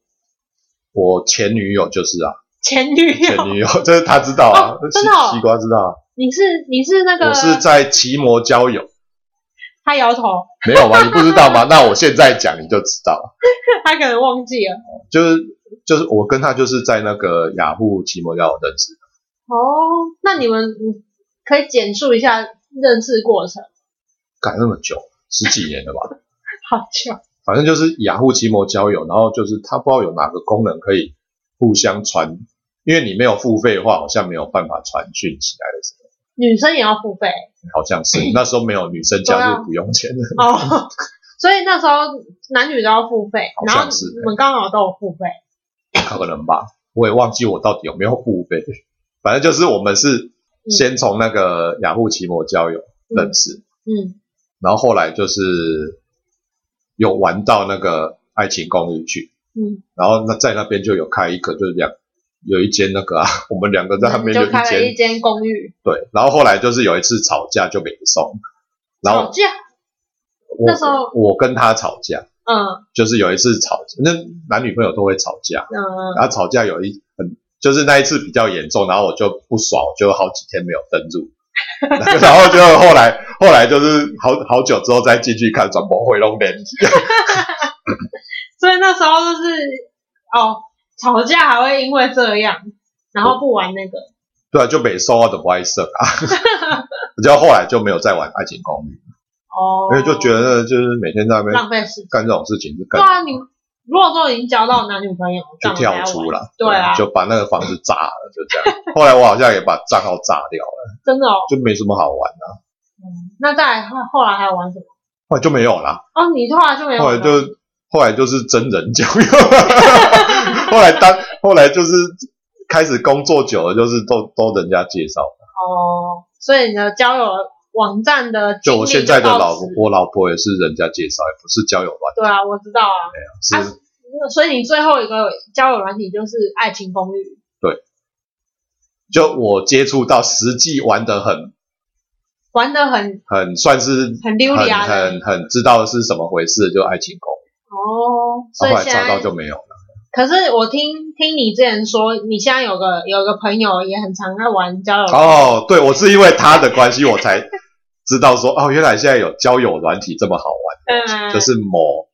Speaker 2: 我前女友就是啊，
Speaker 1: 前女
Speaker 2: 前
Speaker 1: 友？
Speaker 2: 女友就是她知道啊，
Speaker 1: 哦真的哦
Speaker 2: 西西瓜知道啊，
Speaker 1: 你是你是那个
Speaker 2: 我是在奇摩交友，
Speaker 1: 他摇头，
Speaker 2: 没有吗？你不知道吗？那我现在讲你就知道了。
Speaker 1: 他可能忘记了
Speaker 2: 就是就是我跟她就是在那个雅虎奇摩交友认识
Speaker 1: 哦。
Speaker 2: 的。
Speaker 1: 那你们你可以简述一下认识过程，
Speaker 2: 干那么久，十几年了吧？
Speaker 1: 好巧
Speaker 2: 反正就是雅虎奇摩交友，然后就是它不知道有哪个功能可以互相传，因为你没有付费的话，好像没有办法传讯息来的时候，
Speaker 1: 女生也要付费
Speaker 2: 好像是那时候没有女生加入不用钱 的，
Speaker 1: 哦。所以那时候男女都要付费，
Speaker 2: 好
Speaker 1: 然后
Speaker 2: 像是
Speaker 1: 你们刚好都有付费，
Speaker 2: 可能吧，我也忘记我到底有没有付费，反正就是我们是先从那个雅虎奇摩交友认识，
Speaker 1: 嗯，
Speaker 2: 然后后来就是有玩到那个爱情公寓去，
Speaker 1: 嗯，
Speaker 2: 然后那在那边就有开一个，就是两有一间那个啊， 我们两个在那
Speaker 1: 你
Speaker 2: 边有
Speaker 1: 嗯就
Speaker 2: 一
Speaker 1: 开了
Speaker 2: 间
Speaker 1: 一间公寓，
Speaker 2: 对，然后后来就是有一次吵架就没送，然
Speaker 1: 吵
Speaker 2: 后
Speaker 1: 架，
Speaker 2: 我
Speaker 1: 哦那时候
Speaker 2: 我跟他吵架，
Speaker 1: 嗯
Speaker 2: 就是有一次吵，那男女朋友都会吵架，
Speaker 1: 嗯，
Speaker 2: 然后吵架有一很就是那一次比较严重，然后我就不爽，我就好几天没有登入。 然后就后来，后来就是好好久之后再进去看转播回龙连
Speaker 1: 所以那时候就是哦，吵架还会因为这样，然后不玩那个，
Speaker 2: 对啊，就没收到的不爱色啊， 比较后来就没有再玩爱情公寓，
Speaker 1: 哦，
Speaker 2: 因为就觉得就是每天在那边
Speaker 1: 浪费时间。
Speaker 2: 干这种事情是
Speaker 1: 对
Speaker 2: 干，
Speaker 1: 啊，你如果都已经交到男女朋友，
Speaker 2: 就
Speaker 1: 干嘛还
Speaker 2: 跳
Speaker 1: 要
Speaker 2: 出
Speaker 1: 玩
Speaker 2: 了，
Speaker 1: 对啊
Speaker 2: 就把那个房子炸了，就这样。后来我好像也把账号炸掉了，
Speaker 1: 真的哦。
Speaker 2: 就没什么好玩的、
Speaker 1: 嗯，那再来后后来还有玩什么？
Speaker 2: 后来就没有啦，
Speaker 1: 哦，你后来就没有
Speaker 2: 后来
Speaker 1: 玩了。
Speaker 2: 就后来就是真人交友， 后来当后来就是开始工作久了，就是都都人家介绍。
Speaker 1: 哦，所以你的交友网站的
Speaker 2: 就我现在的
Speaker 1: 经历就
Speaker 2: 老
Speaker 1: 到
Speaker 2: 婆
Speaker 1: 此，
Speaker 2: 我老婆也是人家介绍，也不是交友软
Speaker 1: 对啊，我知道啊。
Speaker 2: 体啊，是、
Speaker 1: 那所以你最后一个交友软体就是《爱情公寓》，
Speaker 2: 就我接触到实际玩的很
Speaker 1: 玩的很
Speaker 2: 很算是
Speaker 1: 很溜
Speaker 2: 很
Speaker 1: 达啊的
Speaker 2: 很很知道是什么回事，就爱情公寓，
Speaker 1: 哦。所
Speaker 2: 然
Speaker 1: 以
Speaker 2: 后后来
Speaker 1: 现
Speaker 2: 查
Speaker 1: 在
Speaker 2: 到，就没有了。
Speaker 1: 可是我听听你之前说，你现在有个有个朋友也很常在玩交友软体，
Speaker 2: 哦，对，我是因为他的关系，我才知道说哦，原来现在有交友软体这么好玩，
Speaker 1: 嗯，
Speaker 2: 就是某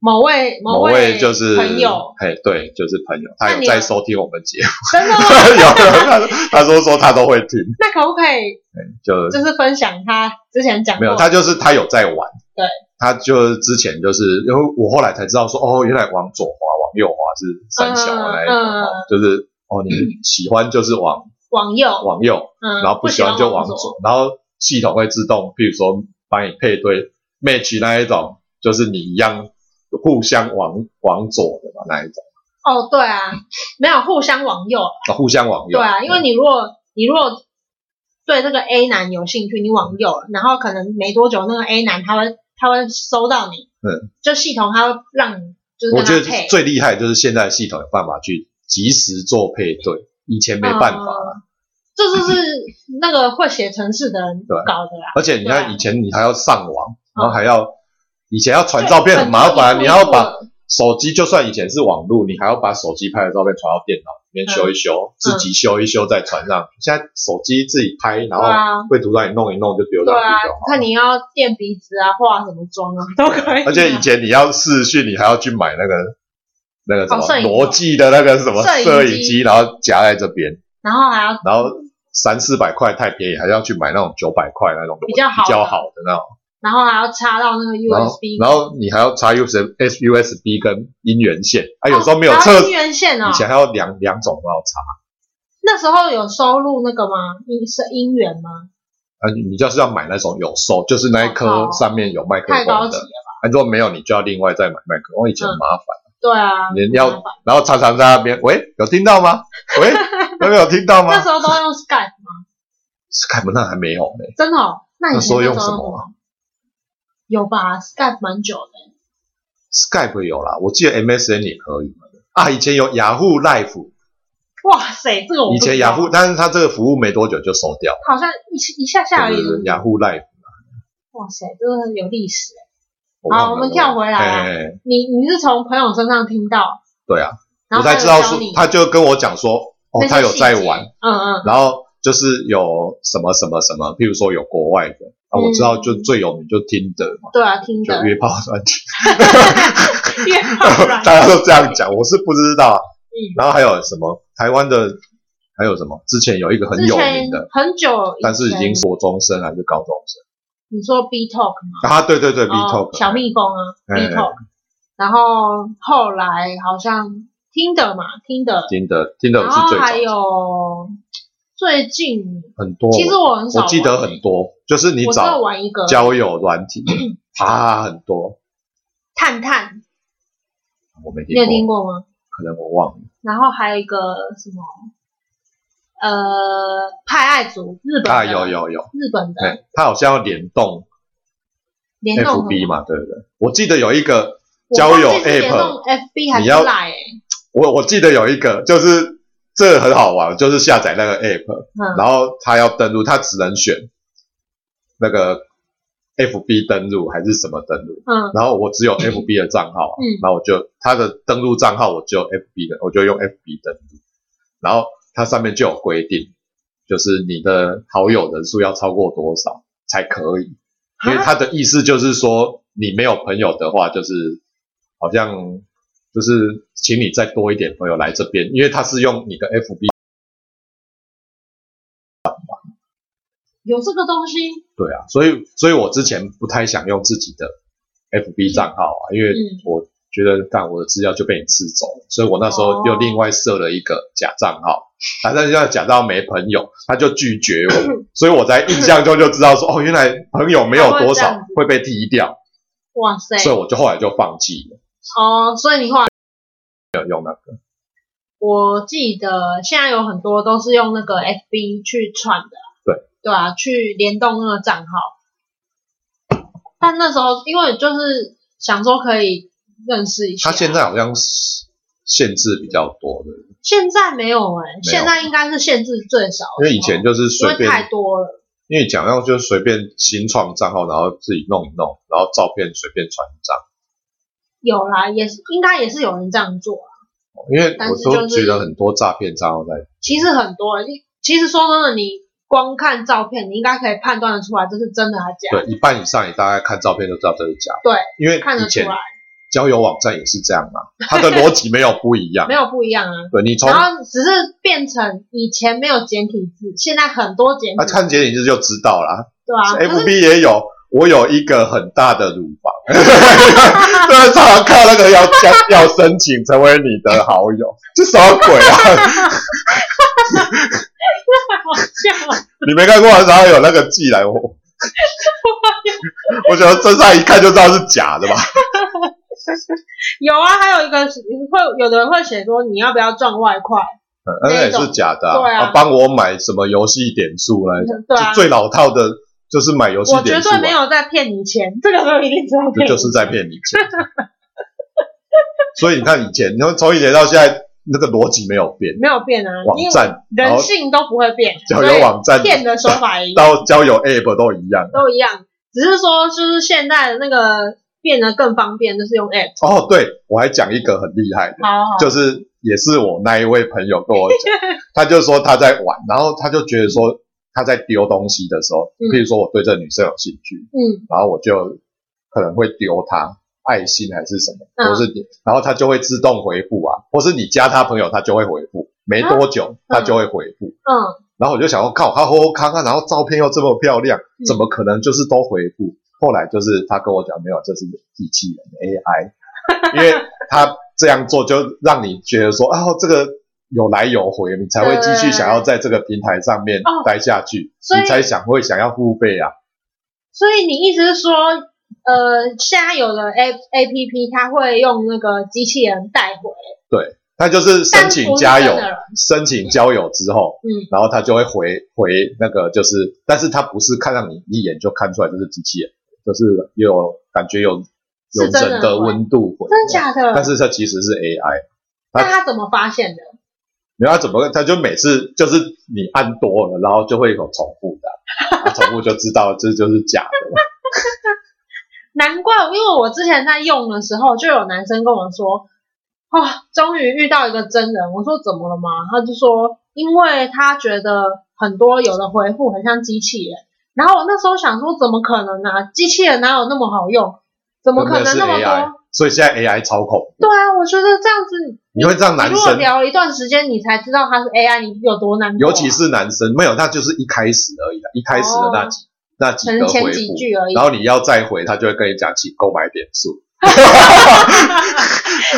Speaker 1: 某位
Speaker 2: 某
Speaker 1: 位
Speaker 2: 就是
Speaker 1: 朋友，，
Speaker 2: 嘿，对，就是朋友，他
Speaker 1: 那
Speaker 2: 有
Speaker 1: 你
Speaker 2: 在
Speaker 1: 有
Speaker 2: 收听我们节目，
Speaker 1: 真的吗？
Speaker 2: 有他他说说他都会听，
Speaker 1: 那可不可以
Speaker 2: 就
Speaker 1: 就是分享他之前讲
Speaker 2: 没有，
Speaker 1: 过？
Speaker 2: 他就是他有在玩。
Speaker 1: 对，
Speaker 2: 他就之前就是因为我后来才知道说，哦，原来往左滑往右滑是三小的那一种，
Speaker 1: 嗯嗯
Speaker 2: 哦就是哦你喜欢就是往
Speaker 1: 网友，
Speaker 2: 往右，
Speaker 1: 嗯，
Speaker 2: 然后
Speaker 1: 不
Speaker 2: 喜欢就往
Speaker 1: 左，
Speaker 2: 左，然后系统会自动，譬如说帮你配对 match 那一种，就是你一样互相往往左的嘛那一种，
Speaker 1: 哦，对啊，没有互相往右，
Speaker 2: 啊互相往右。嗯
Speaker 1: 对啊，因为你如果你如果对这个 A 男有兴趣，你往右了，然后可能没多久那个 A 男他会他会收到你，
Speaker 2: 嗯，
Speaker 1: 就系统他会让你就是
Speaker 2: 我
Speaker 1: 跟
Speaker 2: 觉得
Speaker 1: 他配，
Speaker 2: 最厉害就是现在系统有办法去及时做配对，以前没办法啦。
Speaker 1: 嗯这就是那个会写程式的人
Speaker 2: 对啊
Speaker 1: 搞的啦，
Speaker 2: 而且你
Speaker 1: 对啊
Speaker 2: 看以前你还要上网，
Speaker 1: 嗯
Speaker 2: 然后还要以前要传照片很麻
Speaker 1: 对很
Speaker 2: 烦，
Speaker 1: 多
Speaker 2: 你还要
Speaker 1: 步骤
Speaker 2: 把手机就算以前是网路，你还要把手机拍的照片传到电脑里面修一
Speaker 1: 嗯
Speaker 2: 修，自己修一修再传上去。现在手机自己拍，然
Speaker 1: 对啊
Speaker 2: 后绘图让你弄一弄就丢
Speaker 1: 对
Speaker 2: 上
Speaker 1: 啊
Speaker 2: 去就好，。
Speaker 1: 看你要垫鼻子啊，化什么妆啊，都可以啊。
Speaker 2: 而且以前你要视讯，你还要去买那个那个什
Speaker 1: 哦摄
Speaker 2: 么
Speaker 1: 影机
Speaker 2: 罗技的那个什么
Speaker 1: 摄影机
Speaker 2: 摄影机，然后夹在这边，
Speaker 1: 然后还要
Speaker 2: 然后三四百块太便宜，还要去买那种九百块那种
Speaker 1: 比较好的
Speaker 2: 比较好的那种。
Speaker 1: 然后还要插到那个
Speaker 2: 然后
Speaker 1: USB，
Speaker 2: 然后你还要插 US S USB 跟音源线，啊，有时候没有
Speaker 1: 哦还
Speaker 2: 测，
Speaker 1: 要音
Speaker 2: 以
Speaker 1: 源线哦。
Speaker 2: 前还要两两种都要插，
Speaker 1: 那时候有收录那个吗？音是音源吗？
Speaker 2: 啊，你你就是要买那种有收，就是那一
Speaker 1: 哦
Speaker 2: 颗
Speaker 1: 好
Speaker 2: 上面有麦克
Speaker 1: 太高
Speaker 2: 风
Speaker 1: 级
Speaker 2: 的，
Speaker 1: 了吧？
Speaker 2: 啊，如果没有你就要另外再买麦克风，以前
Speaker 1: 嗯
Speaker 2: 很麻烦，
Speaker 1: 对啊，
Speaker 2: 你
Speaker 1: 很麻
Speaker 2: 要
Speaker 1: 烦
Speaker 2: 然后常常在那边，喂，有听到吗？ 喂，有没有听到
Speaker 1: 那
Speaker 2: 吗
Speaker 1: 时？候都用 Skype 吗？
Speaker 2: 凯文那还没有呢，
Speaker 1: 真的、哦？那你
Speaker 2: 那时候
Speaker 1: 那
Speaker 2: 用
Speaker 1: 时
Speaker 2: 什
Speaker 1: 候
Speaker 2: 么啊
Speaker 1: 用什么有吧，Skype 蛮久的。
Speaker 2: ？Skype 有啦，我记得 MSN 也可以啊，以前有雅虎 Live，
Speaker 1: 哇塞，这个我不
Speaker 2: 以前
Speaker 1: 知道
Speaker 2: 雅虎，但是它这个服务没多久就收掉了，
Speaker 1: 好像一一下下而已
Speaker 2: 对。对对雅虎 Live。
Speaker 1: 哇塞，这个有历史。
Speaker 2: 忘了
Speaker 1: 好我们跳回来啊
Speaker 2: 哎哎哎
Speaker 1: 你你是从朋友身上听到，
Speaker 2: 对啊，
Speaker 1: 然
Speaker 2: 我
Speaker 1: 后他
Speaker 2: 才知道
Speaker 1: 有教
Speaker 2: 说
Speaker 1: 你，
Speaker 2: 他就跟我讲说，哦
Speaker 1: 那，些
Speaker 2: 他有在
Speaker 1: 细节
Speaker 2: 玩，。
Speaker 1: 嗯嗯，
Speaker 2: 然后就是有什么什么什么，譬如说有国外的，啊，
Speaker 1: 嗯
Speaker 2: 我知道就最有名就听的嘛，
Speaker 1: 对啊，听
Speaker 2: 就
Speaker 1: 的。
Speaker 2: 约炮专辑，
Speaker 1: 约炮软体
Speaker 2: 大家都这样讲，我是不知道啊。
Speaker 1: 嗯
Speaker 2: 然后还有什么台湾的，还有什么之前有一个很
Speaker 1: 之
Speaker 2: 有
Speaker 1: 前
Speaker 2: 名的，
Speaker 1: 很久以前，
Speaker 2: 但是已经是国中生还是高中生
Speaker 1: 你说 B Talk 吗
Speaker 2: 啊？对对对，B
Speaker 1: 哦
Speaker 2: Talk
Speaker 1: 小蜜蜂啊
Speaker 2: 哎
Speaker 1: ，B Talk。然后后来好像听的嘛，听的，
Speaker 2: 听的听的
Speaker 1: 然
Speaker 2: 是
Speaker 1: 后
Speaker 2: 最早
Speaker 1: 还有最近，
Speaker 2: 很多，
Speaker 1: 其实我很少
Speaker 2: 我
Speaker 1: 玩，
Speaker 2: 记得很多，就是你
Speaker 1: 我只有
Speaker 2: 找
Speaker 1: 玩一个
Speaker 2: 交友软体啊，很多
Speaker 1: 探探，
Speaker 2: 我没
Speaker 1: 你有听
Speaker 2: 听过，
Speaker 1: 过吗？
Speaker 2: 可能我忘了。
Speaker 1: 然后还有一个什么，呃，派爱族，日本的
Speaker 2: 啊，有，有有，
Speaker 1: 日本的
Speaker 2: 哎，它好像要联动
Speaker 1: 联动
Speaker 2: FB 嘛，对不对？我记得有一个
Speaker 1: 我
Speaker 2: 交
Speaker 1: 忘记
Speaker 2: 友
Speaker 1: 是联动
Speaker 2: App，
Speaker 1: FB 还
Speaker 2: 你
Speaker 1: 是
Speaker 2: 要
Speaker 1: Line？欸
Speaker 2: 我我记得有一个，就是这个很好玩，就是下载那个 App，
Speaker 1: 嗯，
Speaker 2: 然后它要登录，它只能选那个 FB 登录还是什么登录。
Speaker 1: 嗯，
Speaker 2: 然后我只有 FB 的账号啊，
Speaker 1: 嗯
Speaker 2: 然后我就它的登录账号我只有 FB 的，我就用 FB 登录，然后它上面就有规定，就是你的好友人数要超过多少才可以，因为
Speaker 1: 啊
Speaker 2: 它的意思就是说你没有朋友的话，就是好像就是请你再多一点朋友来这边，因为它是用你的 FB
Speaker 1: 有这个东西，
Speaker 2: 对啊，所以所以我之前不太想用自己的 FB 账号啊，因为
Speaker 1: 嗯
Speaker 2: 我觉觉得干我的资料就被你吃走了，所以我那时候
Speaker 1: 哦
Speaker 2: 又另外设了一个假账号，啊，但是要假账号没朋友，他就拒绝 我，所以我在印象中就知道说，哦，原来朋友没有多
Speaker 1: 他会这样
Speaker 2: 少
Speaker 1: 子
Speaker 2: 会被踢掉，
Speaker 1: 哇塞，
Speaker 2: 所以我就后来就放弃了，
Speaker 1: 哦，所以你后来
Speaker 2: 没有用那个。
Speaker 1: 我记得现在有很多都是用那个 FB 去串的，
Speaker 2: 对
Speaker 1: 对啊，去联动那个账号。但那时候因为就是想说可以认识一下，
Speaker 2: 他现在好像是限制比较多的，
Speaker 1: 现在没有哎、
Speaker 2: 有
Speaker 1: 现在应该是限制最少
Speaker 2: 因
Speaker 1: 的时候，
Speaker 2: 为以前就是
Speaker 1: 因
Speaker 2: 随
Speaker 1: 为
Speaker 2: 便，
Speaker 1: 太多了，
Speaker 2: 因为讲要就随便新创账号，然后自己弄一弄，然后照片随便传一张。
Speaker 1: 有啦，也是应该也是有人这样做啊。
Speaker 2: 因为
Speaker 1: 但
Speaker 2: 我
Speaker 1: 是
Speaker 2: 都
Speaker 1: 就是
Speaker 2: 觉得很多诈骗账号在，
Speaker 1: 其实很多、欸，其实说真的，你光看照片，你应该可以判断的出来这是真的还是假的，
Speaker 2: 对一半以上，你大概看照片就知道这是假的。
Speaker 1: 对，
Speaker 2: 因为
Speaker 1: 看得
Speaker 2: 以
Speaker 1: 出
Speaker 2: 前
Speaker 1: 来，
Speaker 2: 交友网站也是这样嘛，它的逻辑没有不一样
Speaker 1: 没。有不一样啊。
Speaker 2: 对你从啊
Speaker 1: 然后只是变成以前没有简体字，现在很多简体字，
Speaker 2: 啊看哎简体字就知道啦。
Speaker 1: 对啊，可
Speaker 2: F
Speaker 1: 是
Speaker 2: B 也有，我有一个很大的乳房，对，常常看那个要 要要申请成为你的好友，这什么鬼啊？
Speaker 1: 好像啊
Speaker 2: 你没看过，然后有那个寄来 我。我觉得这上一看就知道是假的吧，
Speaker 1: 有啊，还有一个是会有的人会写说你要不要赚外快，
Speaker 2: 嗯那也
Speaker 1: 那一
Speaker 2: 是
Speaker 1: 种
Speaker 2: 假的
Speaker 1: 对啊
Speaker 2: 啊！帮我买什么游戏点数来
Speaker 1: 对啊
Speaker 2: 就，最老套的就是买游戏
Speaker 1: 我绝
Speaker 2: 点数、
Speaker 1: 对
Speaker 2: 啊，
Speaker 1: 没有在骗你钱，这个时候一定知道
Speaker 2: 这
Speaker 1: 骗你，
Speaker 2: 就是在骗你钱。 所以你看以前，然后从以前到现在，那个逻辑没有变，
Speaker 1: 没有变啊，
Speaker 2: 网站
Speaker 1: 因为人性都不会变，
Speaker 2: 交
Speaker 1: 所
Speaker 2: 友
Speaker 1: 以
Speaker 2: 网站
Speaker 1: 骗的手法也一样
Speaker 2: 到交友 App 都一样。
Speaker 1: 都一样，只是说就是现在的那个变得更方便，就是用 app，
Speaker 2: 哦，对，我还讲一个很厉害的，
Speaker 1: 好好
Speaker 2: 就是也是我那一位朋友跟我讲， 他就说他在玩，然后他就觉得说他在丢东西的时候，
Speaker 1: 嗯
Speaker 2: 譬如说我对这女生有兴趣，
Speaker 1: 嗯，
Speaker 2: 然后我就可能会丢他爱心还是什么，
Speaker 1: 嗯
Speaker 2: 或是你，然后他就会自动回复啊，或是你加他朋友，他就会回复，没多久
Speaker 1: 啊
Speaker 2: 他就会回复。
Speaker 1: 嗯，
Speaker 2: 然后我就想说，靠，他吼吼康啊康，然后照片又这么漂亮，
Speaker 1: 嗯
Speaker 2: 怎么可能就是都回复？后来就是他跟我讲，没有，这是机器人 AI，因 为他这样做就让你觉得说，啊，这个有来有回，你才会继续想要在这个平台上面
Speaker 1: 哦
Speaker 2: 待下去，
Speaker 1: 所以
Speaker 2: 你才想会想要付费啊。
Speaker 1: 所以你意思是说，呃，现在有的 A A P P 它会用那个机器人带回，
Speaker 2: 他就是申请加
Speaker 1: 但
Speaker 2: 友
Speaker 1: 不是真的人，
Speaker 2: 申请交友之后，
Speaker 1: 嗯，
Speaker 2: 然后他就会回回那个，就是，但是他不是看让你一眼就看出来这是机器人，就是有感觉有有
Speaker 1: 是真的
Speaker 2: 人的温度回，
Speaker 1: 真的假的？
Speaker 2: 嗯但是这其实是 AI，
Speaker 1: 那他怎么发现的？
Speaker 2: 然后啊他怎么，他就每次就是你按多了，然后就会有重复 的，啊重复就知道这就是假的嘛。
Speaker 1: 难怪，因为我之前在用的时候，就有男生跟我说，哦，终于遇到一个真人。我说怎么了吗？他就说，因为他觉得很多有的回复很像机器人。然后我那时候想说，怎么可能呢、机器人哪有那么好用？怎么可能
Speaker 2: 真的是
Speaker 1: 那么
Speaker 2: AI，
Speaker 1: 多？
Speaker 2: 所以现在 AI 超恐怖，
Speaker 1: 对啊，我觉得这样子
Speaker 2: 你会让
Speaker 1: 你
Speaker 2: 男
Speaker 1: 如果
Speaker 2: 生
Speaker 1: 聊了一段时间，你才知道他是 AI，你有多难过啊、
Speaker 2: 尤其是男生，没有，那就是一开始而已啦，一开始的那几、那几
Speaker 1: 可
Speaker 2: 个
Speaker 1: 能前
Speaker 2: 回
Speaker 1: 几
Speaker 2: 复，
Speaker 1: 句而已。
Speaker 2: 然后你要再回，他就会跟你讲，请购买点数。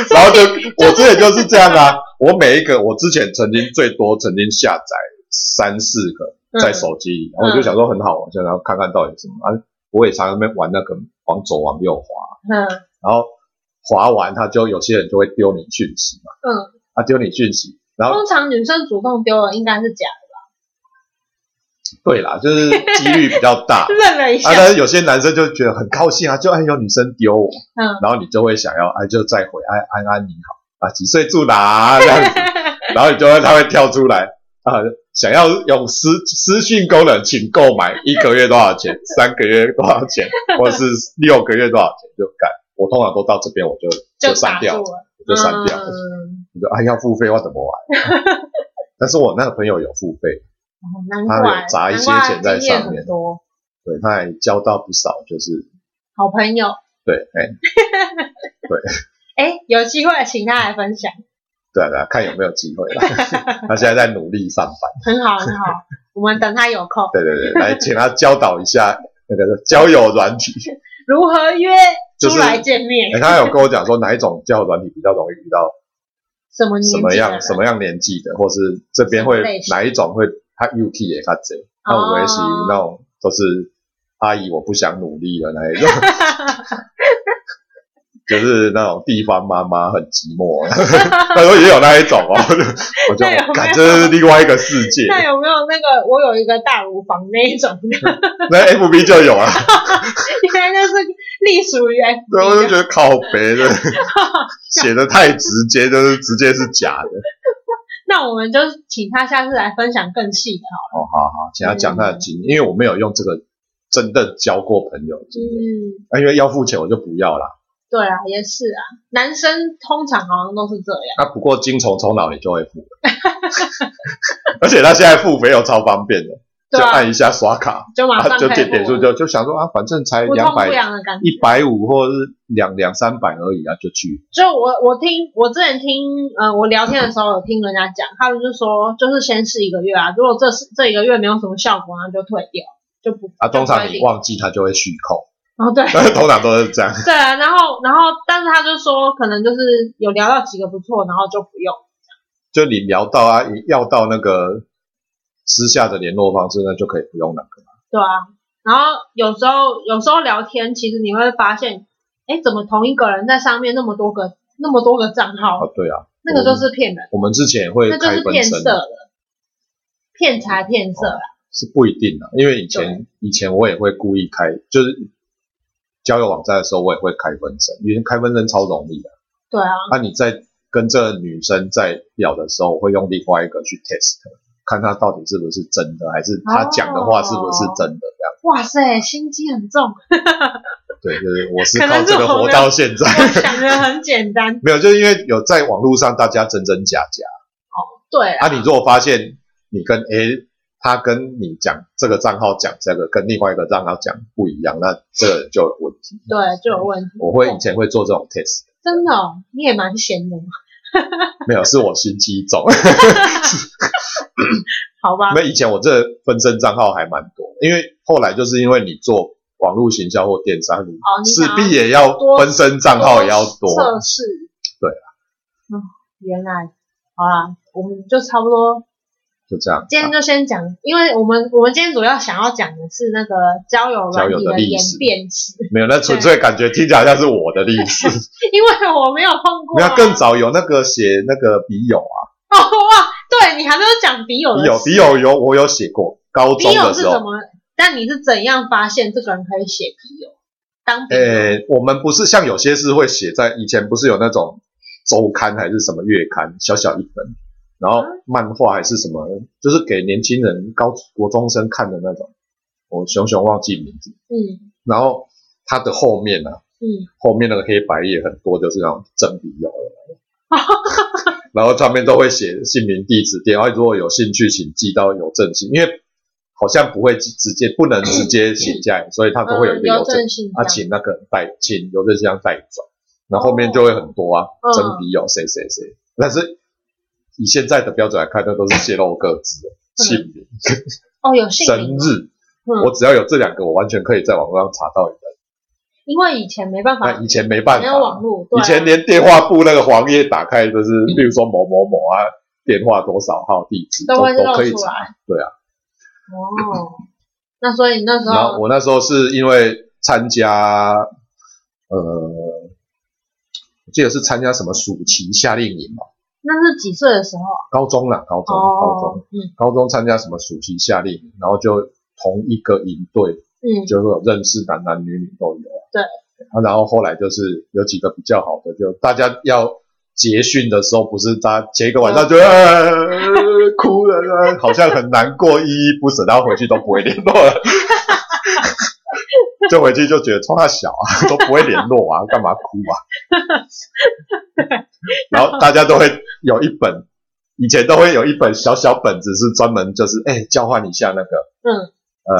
Speaker 1: 所以
Speaker 2: 然后就我之前就是这样啊，我每一个我之前曾经最多曾经下载三四个
Speaker 1: 嗯
Speaker 2: 在手机里，然后我就想说很好玩，想要看看到底什么啊。我也常常在那边玩那个往左往右滑，
Speaker 1: 嗯，
Speaker 2: 然后滑完他就有些人就会丢你讯息嘛，
Speaker 1: 嗯，
Speaker 2: 啊丢你讯息，然后
Speaker 1: 通常女生主动丢了，应该是假
Speaker 2: 对啦，就是几率比较大
Speaker 1: 的，，愣了一下
Speaker 2: 啊，，但是有些男生就觉得很高兴啊，就哎有女生丢我，
Speaker 1: 嗯
Speaker 2: 然后你就会想要哎就再回哎安安你好啊，几岁住哪这样子，然后你就会他会跳出来啊，想要用私私讯功能，请购买一个月多少钱，三个月多少钱，或者是六个月多少钱，就干。我通常都到这边我就
Speaker 1: 就
Speaker 2: 删
Speaker 1: 打住
Speaker 2: 掉，
Speaker 1: 了，
Speaker 2: 我就删掉，
Speaker 1: 嗯，
Speaker 2: 你就哎要付费要怎么玩？ 但是我那个朋友有付费，
Speaker 1: 哦难
Speaker 2: 他
Speaker 1: 怪
Speaker 2: 有砸一些
Speaker 1: 难怪
Speaker 2: 钱在
Speaker 1: 经验
Speaker 2: 上面
Speaker 1: 很多
Speaker 2: 对，他还交到不少，就是
Speaker 1: 好朋友，
Speaker 2: 对，哎，
Speaker 1: 哎，有机会请他来分享，
Speaker 2: 对啊，对啊，看有没有机会啦。 他现在在努力上班，
Speaker 1: 很好 很好，我们等他有空
Speaker 2: 对对对，来请他教导一下那个交友软体，
Speaker 1: 如何约
Speaker 2: 就是
Speaker 1: 出来见面
Speaker 2: 哎、，他有跟我讲说哪一种交友软体比较容易遇到
Speaker 1: 什么年纪
Speaker 2: 什
Speaker 1: 的
Speaker 2: 么样
Speaker 1: 人
Speaker 2: 什么样年纪的，或是这边
Speaker 1: 什
Speaker 2: 会
Speaker 1: 么类型哦
Speaker 2: 哪一种会他 UT 也他贼，那我们是那种就是阿姨我不想努力了 那一种，就是那种地方妈妈很寂寞， 他说也有那一种哦，我就
Speaker 1: 那有没有
Speaker 2: 感这是另外一个世界，
Speaker 1: 那有没有那个我有一个大乳房那一种的？
Speaker 2: 那 FB 就有啊，
Speaker 1: 原来那是隶属于 FB
Speaker 2: 对，我就
Speaker 1: 的
Speaker 2: 觉得靠 别的写的太直接，就是直接是假的。
Speaker 1: 那我们就请他下次来分享更细的好
Speaker 2: 哦，好好，请他讲他的
Speaker 1: 嗯
Speaker 2: 经验，因为我没有用这个真的交过朋友的经验，
Speaker 1: 嗯，
Speaker 2: 那因为要付钱我就不要啦。
Speaker 1: 对啊，也是啊，男生通常好像都是这样，
Speaker 2: 那啊不过精虫冲脑你就会付了， 而且他现在付费又超方便的，
Speaker 1: 对
Speaker 2: 就
Speaker 1: 啊，
Speaker 2: 按一下刷卡，
Speaker 1: 就马
Speaker 2: 啊
Speaker 1: 上
Speaker 2: 就
Speaker 1: 可以
Speaker 2: 点点
Speaker 1: 付
Speaker 2: 数
Speaker 1: 了
Speaker 2: 就就想说啊，反正才
Speaker 1: 不
Speaker 2: 两
Speaker 1: 痛
Speaker 2: 百
Speaker 1: 不痒的感觉。
Speaker 2: 一百五或者是两两三百而已啊，就去。
Speaker 1: 就我我听我之前听呃我聊天的时候有听人家讲，他们就说就是先试一个月啊，如果这这一个月没有什么效果，那就退掉，就不
Speaker 2: 啊，通常
Speaker 1: 就不会
Speaker 2: 你
Speaker 1: 领
Speaker 2: 忘记他就会续扣，
Speaker 1: 哦对
Speaker 2: 通常都是这样。
Speaker 1: 对啊，然后然后但是他就说可能就是有聊到几个不错，然后就不用，
Speaker 2: 就你聊到啊，要到那个私下的联络方式，那就可以不用那个。
Speaker 1: 对啊，然后有时候有时候聊天其实你会发现，哎怎么同一个人在上面那么多个那么多个账号，
Speaker 2: 哦，对啊，
Speaker 1: 那个就是骗人，
Speaker 2: 我们之前也会
Speaker 1: 那就
Speaker 2: 开
Speaker 1: 是
Speaker 2: 分
Speaker 1: 骗
Speaker 2: 身啊
Speaker 1: 色，了，骗财骗色啊啦，
Speaker 2: 是不一定的，因为以前以前我也会故意开，就是交友网站的时候，我也会开分身，因为开分身超容易的。
Speaker 1: 对啊，
Speaker 2: 那、你在跟这个女生在聊的时候，我会用另外一个去 test，看她到底是不是真的，还是她讲的话是不是真的。这样
Speaker 1: 哇塞心机很重。
Speaker 2: 对，就是我是
Speaker 1: 可
Speaker 2: 靠
Speaker 1: 能是
Speaker 2: 这个
Speaker 1: 我
Speaker 2: 活
Speaker 1: 们
Speaker 2: 到现在。
Speaker 1: 我想的很简单，
Speaker 2: 没有，就是因为有在网络上大家真真假假。
Speaker 1: 对啊，
Speaker 2: 啊，你如果发现你跟 A，他跟你讲这个账号讲这个，跟另外一个账号讲不一样，那这个就有问题。
Speaker 1: 对，就有问题。
Speaker 2: 我会以前会做这种 test，
Speaker 1: 真的、哦，你也蛮闲的嘛，
Speaker 2: 没有，是我心机 重。
Speaker 1: 好吧？
Speaker 2: 那以前我这分身账号还蛮多，因为后来就是因为你做网络行销或电商，你
Speaker 1: 哦，你
Speaker 2: 势
Speaker 1: 想要
Speaker 2: 必也要
Speaker 1: 多
Speaker 2: 分身账号也要多。
Speaker 1: 哦测试，
Speaker 2: 对
Speaker 1: 啊。嗯，原来好啦，我们就差不多，
Speaker 2: 就这样，啊
Speaker 1: 今天就先讲，因为我们我们今天主要想要讲的是那个交友软体
Speaker 2: 交友的历
Speaker 1: 演
Speaker 2: 史
Speaker 1: 变史，
Speaker 2: 没有，那纯粹感觉听起来像是我的例子。
Speaker 1: 因为我没有碰过、
Speaker 2: 没
Speaker 1: 啊
Speaker 2: 有，。更早有那个写那个笔友啊，
Speaker 1: 哦哇，对你还没有讲笔友的
Speaker 2: 笔友
Speaker 1: 事
Speaker 2: 笔友有我有写过，高
Speaker 1: 笔
Speaker 2: 中
Speaker 1: 友
Speaker 2: 的
Speaker 1: 是
Speaker 2: 时
Speaker 1: 什
Speaker 2: 候。
Speaker 1: 么？但你是怎样发现这个人可以写笔友？当笔友、
Speaker 2: 诶、我们不是像有些是会写在以前不是有那种周刊还是什么月刊，小小一本，然后漫画还是什么，就是给年轻人高国中生看的那种。我熊熊忘记名字。
Speaker 1: 嗯
Speaker 2: 然后它的后面呢、啊，
Speaker 1: 嗯，
Speaker 2: 后面那个黑白页很多就是那种真笔友的，然后上面都会写姓名、地址、电话，如果有兴趣请寄到邮政信，因为好像不会直直接不能直接请假，所以它都会有一
Speaker 1: 嗯
Speaker 2: 个
Speaker 1: 邮
Speaker 2: 邮政
Speaker 1: 政信
Speaker 2: 啊，
Speaker 1: 箱
Speaker 2: 请那个人带，请邮政信箱带走，然后后面就会很多啊，
Speaker 1: 嗯
Speaker 2: 真笔友谁谁谁，但是以现在的标准来看，那都是泄露各自的
Speaker 1: 嗯
Speaker 2: 姓名、
Speaker 1: 哦，有姓
Speaker 2: 生
Speaker 1: 名，
Speaker 2: 日，
Speaker 1: 嗯
Speaker 2: 我只要有这两个，我完全可以在网络上查到人。
Speaker 1: 因为以前没办法
Speaker 2: 那，以前没办
Speaker 1: 没有网
Speaker 2: 法，
Speaker 1: 络，对啊
Speaker 2: 以前连电话簿那个黄页打开都是，例如说某某某啊，电话多少号、地址都
Speaker 1: 都会
Speaker 2: 都
Speaker 1: 露
Speaker 2: 可以
Speaker 1: 出
Speaker 2: 查。
Speaker 1: 来。
Speaker 2: 对啊，
Speaker 1: 哦，那所以你那时
Speaker 2: 然后
Speaker 1: 候
Speaker 2: 我那时候是因为参加，呃，我记得是参加什么暑期夏令营嘛。
Speaker 1: 那是几岁的时候？
Speaker 2: 高中啦，高中，高中，
Speaker 1: 哦，嗯
Speaker 2: 高中参加什么暑期夏令营，然后就同一个营队，
Speaker 1: 嗯，
Speaker 2: 就会有认识男男女女都有。
Speaker 1: 对
Speaker 2: 啊，然后后来就是有几个比较好的，就大家要结训的时候，不是大家前一个晚上就、呃、 哭了，呃好像很难过，依依不舍，然后回去都不会联络了。就回去就觉得冲他小啊，都不会联络啊，干嘛哭啊？然后大家都会有一本，以前都会有一本小小本子，是专门就是哎、交换一下那个，
Speaker 1: 嗯，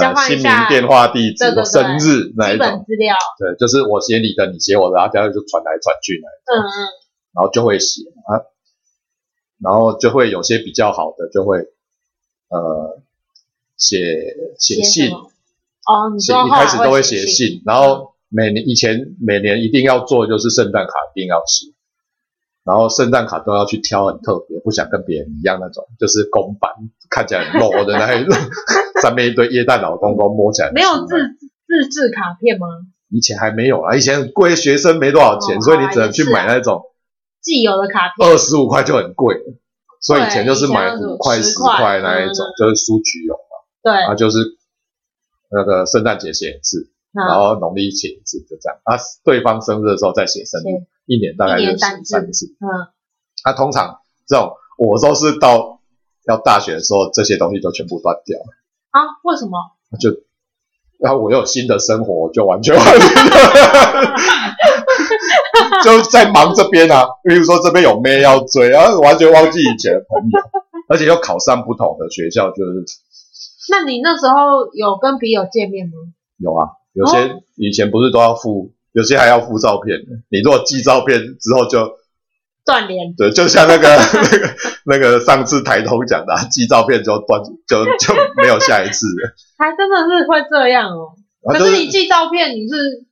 Speaker 1: 交
Speaker 2: 呃，
Speaker 1: 换一
Speaker 2: 姓名
Speaker 1: 下、
Speaker 2: 电话、地址、
Speaker 1: 对对对
Speaker 2: 生日那一
Speaker 1: 基本
Speaker 2: 种，
Speaker 1: 资料，
Speaker 2: 对，就是我写你的，你写我的，然后大家就传来传去那一
Speaker 1: 嗯
Speaker 2: 种，
Speaker 1: 嗯，
Speaker 2: 然后就会写啊，然后就会有些比较好的就会呃写写
Speaker 1: 写
Speaker 2: 信
Speaker 1: 什，么哦，你
Speaker 2: 写
Speaker 1: 说
Speaker 2: 一
Speaker 1: 后来
Speaker 2: 开始都
Speaker 1: 会
Speaker 2: 写
Speaker 1: 信，
Speaker 2: 信，然后每年以前每年一定要做的就是圣诞卡一定要写，然后圣诞卡都要去挑很特别，不想跟别人一样那种，就是公版看起来很 low 的那一种， 上面一堆液氮老公公摸起来很
Speaker 1: 没有
Speaker 2: 奇怪
Speaker 1: 自自制卡片吗？
Speaker 2: 以前还没有啊，以前很贵，学生没多少钱，
Speaker 1: 哦
Speaker 2: 所以你只能去买那种
Speaker 1: 既有的卡片，
Speaker 2: 二十五块就很贵了，所以以前就是买五块、
Speaker 1: 以前
Speaker 2: 十
Speaker 1: 那种
Speaker 2: 块那一种，
Speaker 1: 嗯
Speaker 2: 就是书局有，
Speaker 1: 对，
Speaker 2: 啊，就是那个圣诞节写一次，然
Speaker 1: 好，
Speaker 2: 后农历写一次，就这样。啊，对方生日的时候再写生日
Speaker 1: 对，
Speaker 2: 一年大概就
Speaker 1: 一
Speaker 2: 写
Speaker 1: 年三次
Speaker 2: 三次。
Speaker 1: 嗯，
Speaker 2: 啊，通常这种我都是到要大学的时候，这些东西都全部断掉了，
Speaker 1: 啊，为什么？
Speaker 2: 然后我又有新的生活，我就完全忘了。 就在忙这边啊，比如说这边有妹要追，然后完全忘记以前的朋友，而且又考上不同的学校，就是
Speaker 1: 那你那时候有跟笔友见面吗？
Speaker 2: 有啊，有些
Speaker 1: 哦
Speaker 2: 以前不是都要附，有些还要附照片的。你如果寄照片之后就，
Speaker 1: 断联，
Speaker 2: 对，就像那个那个那个上次台通讲的啊、寄照片就断就就没有下一次了。
Speaker 1: 还真的是会这样哦。
Speaker 2: 然
Speaker 1: 可
Speaker 2: 啊后就是
Speaker 1: 你寄照片，你是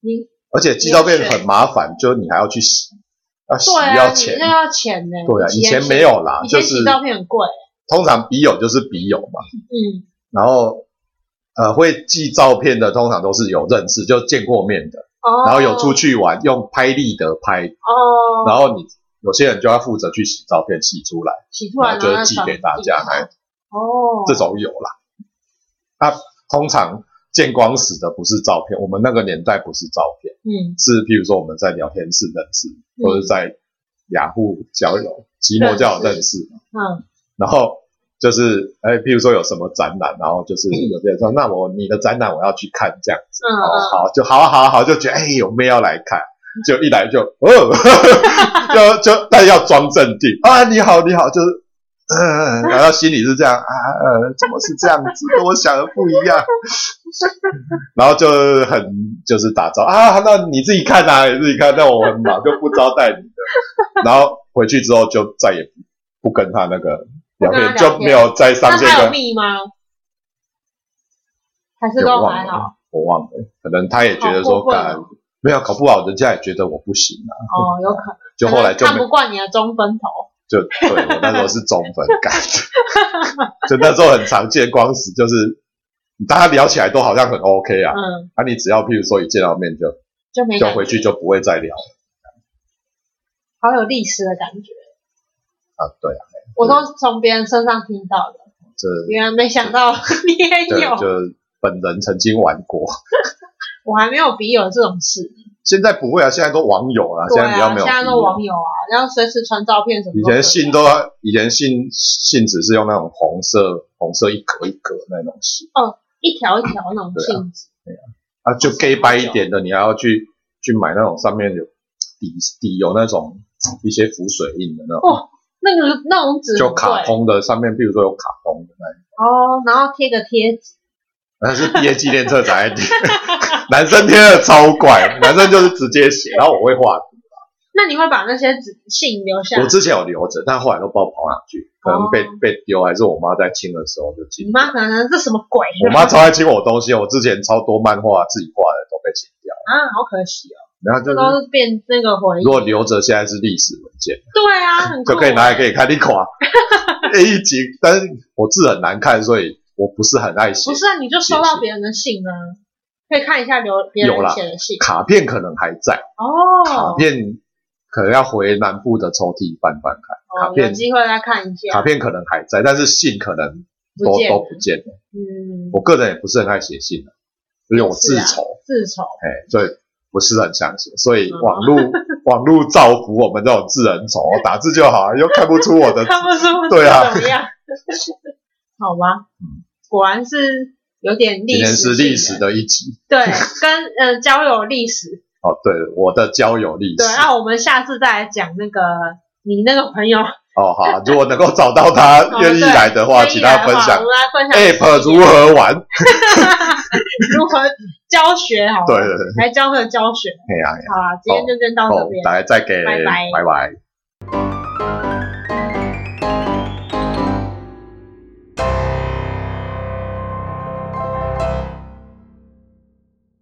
Speaker 1: 你
Speaker 2: 而且寄照片很麻烦，就你还要去洗，要洗
Speaker 1: 对啊，
Speaker 2: 要
Speaker 1: 你
Speaker 2: 钱。
Speaker 1: 那要钱呢。
Speaker 2: 对啊，以
Speaker 1: 你
Speaker 2: 前
Speaker 1: 寄
Speaker 2: 没有啦，
Speaker 1: 以
Speaker 2: 就
Speaker 1: 前
Speaker 2: 是
Speaker 1: 寄照片很贵。
Speaker 2: 通常笔友就是笔友嘛，
Speaker 1: 嗯，
Speaker 2: 然后呃会寄照片的通常都是有认识，就见过面的，
Speaker 1: 哦，
Speaker 2: 然后有出去玩，用拍立得拍
Speaker 1: 哦，
Speaker 2: 然后你有些人就要负责去洗照片，洗出来，
Speaker 1: 洗出来
Speaker 2: 然后
Speaker 1: 然后
Speaker 2: 就寄给大家，
Speaker 1: 再传
Speaker 2: 哎，
Speaker 1: 哦，
Speaker 2: 这种有啦。啊，通常见光死的不是照片，我们那个年代不是照片，
Speaker 1: 嗯，
Speaker 2: 是譬如说我们在聊天室认识，
Speaker 1: 嗯
Speaker 2: 或者在雅虎交友、奇摩交友认识，
Speaker 1: 嗯，
Speaker 2: 然后。就是，哎，譬如说有什么展览，然后就是有些人说，那我你的展览我要去看，这样子，
Speaker 1: 嗯嗯，
Speaker 2: 哦好，就好啊好啊好啊，就觉得哎、有妹要来看，就一来就 哦，就就但要装镇定啊，你好你好，就是嗯、然后心里是这样啊，呃，怎么是这样子，跟我想的不一样，然后就很就是打招呼啊，那你自己看啊，你自己看，那我很忙就不招待你的，然后回去之后就再也不跟他那个聊
Speaker 1: 不
Speaker 2: 天，
Speaker 1: 跟他聊
Speaker 2: 就没有再上
Speaker 1: 那
Speaker 2: 线
Speaker 1: 他有
Speaker 2: 跟。
Speaker 1: 密吗？还是
Speaker 2: 有
Speaker 1: 都
Speaker 2: 忘
Speaker 1: 还好？
Speaker 2: 了，我忘了，可能他也觉得
Speaker 1: 好
Speaker 2: 说
Speaker 1: 过分哦
Speaker 2: 干没有搞不好，人家也觉得我不行啊，
Speaker 1: 哦，有可能，
Speaker 2: 就后来
Speaker 1: 可
Speaker 2: 就
Speaker 1: 能看
Speaker 2: 没
Speaker 1: 不惯你的中分头，
Speaker 2: 就对我那时候是中分感，就那时候很常见光死，就是大家聊起来都好像很 OK 啊，
Speaker 1: 嗯，
Speaker 2: 啊你只要譬如说一见到面就
Speaker 1: 就没感
Speaker 2: 就
Speaker 1: 觉
Speaker 2: 回去就不会再聊
Speaker 1: 好有历史的感觉。
Speaker 2: 啊，对啊，
Speaker 1: 我都从别人身上听到的，
Speaker 2: 这
Speaker 1: 原来没想到 你也
Speaker 2: 对
Speaker 1: 有，
Speaker 2: 就本人曾经玩过，
Speaker 1: 我还没有笔友这种事。
Speaker 2: 现在不会啊，现在都网友啊，
Speaker 1: 对
Speaker 2: 在比较
Speaker 1: 啊，
Speaker 2: 没有
Speaker 1: 现在
Speaker 2: 朋
Speaker 1: 都
Speaker 2: 友
Speaker 1: 网友啊，然后随时传照片什么
Speaker 2: 以
Speaker 1: 都可以啊。
Speaker 2: 前信都要以前信信纸是用那种红色红色一格一格那种信。
Speaker 1: 一条一条那种
Speaker 2: 对啊
Speaker 1: 信纸，
Speaker 2: 啊，就 gay 掰一点的，你还要去去买那种上面有底底有那种一些浮水印的那种，
Speaker 1: 那个那种纸
Speaker 2: 就
Speaker 1: 很
Speaker 2: 卡
Speaker 1: 贵
Speaker 2: 通的，上面比如说有卡通的那一种，
Speaker 1: 哦，然后贴个贴纸，
Speaker 2: 但是毕业纪念册才爱贴， 男生贴的超怪，男生就是直接写，然后我会画，
Speaker 1: 那你会把那些纸信留下来
Speaker 2: 我？之前有留着，但后来都不知道跑哪去，可能被、
Speaker 1: 哦
Speaker 2: 被丢，还是我妈在清的时候就
Speaker 1: 你
Speaker 2: 清。
Speaker 1: 妈可能这什么鬼？
Speaker 2: 我妈超爱清我东西，我之前超多漫画自己画的都被清掉，
Speaker 1: 啊，好可惜哦，
Speaker 2: 然后就
Speaker 1: 这
Speaker 2: 是
Speaker 1: 都是变那个回忆
Speaker 2: 如。果留着，现在是历史文件。
Speaker 1: 对啊，很酷
Speaker 2: 就可以拿来给你看，你垮 一集，但是我字很难看，所以我不是很爱写
Speaker 1: 不。是啊，你就收到别人的信啊，可以看一下留别人写的信
Speaker 2: 卡片可能还在，卡
Speaker 1: 哦。
Speaker 2: 片可能要回南部的抽屉翻翻看，卡
Speaker 1: 哦，
Speaker 2: 片
Speaker 1: 有机会再看一
Speaker 2: 卡
Speaker 1: 下。
Speaker 2: 片可能还在，但是信可能
Speaker 1: 啊不
Speaker 2: 都
Speaker 1: 见了
Speaker 2: 都不见了。
Speaker 1: 嗯，
Speaker 2: 我个人也不是很爱写信的，因为我自
Speaker 1: 是啊
Speaker 2: 筹，
Speaker 1: 自丑
Speaker 2: 哎、所以不是很想写，所以
Speaker 1: 嗯
Speaker 2: 网 络网络造福我们这种字人丑，我打字就好，又看不出我的字
Speaker 1: 看不出是
Speaker 2: 对啊
Speaker 1: 怎么样，好吧，果然是有点 历
Speaker 2: 今天
Speaker 1: 史
Speaker 2: 是
Speaker 1: 性
Speaker 2: 历史的一集。
Speaker 1: 对，跟呃交友历史
Speaker 2: 哦，对，我的交友历史
Speaker 1: 对，。那我们下次再来讲那个你那个朋友
Speaker 2: 哦，好啊，如果能够找到他愿意来的 话，
Speaker 1: 愿
Speaker 2: 请
Speaker 1: 意来
Speaker 2: 他
Speaker 1: 的
Speaker 2: 分
Speaker 1: 话
Speaker 2: 享
Speaker 1: 啊
Speaker 2: 哎
Speaker 1: 我们来分享
Speaker 2: App 如何玩。
Speaker 1: 如何教学好了，
Speaker 2: 对对对，
Speaker 1: 来教课教学。
Speaker 2: 哎呀，
Speaker 1: 好啊，今天就先到
Speaker 2: 哦
Speaker 1: 这边，，
Speaker 2: 大家再给，
Speaker 1: 拜拜
Speaker 2: 拜拜。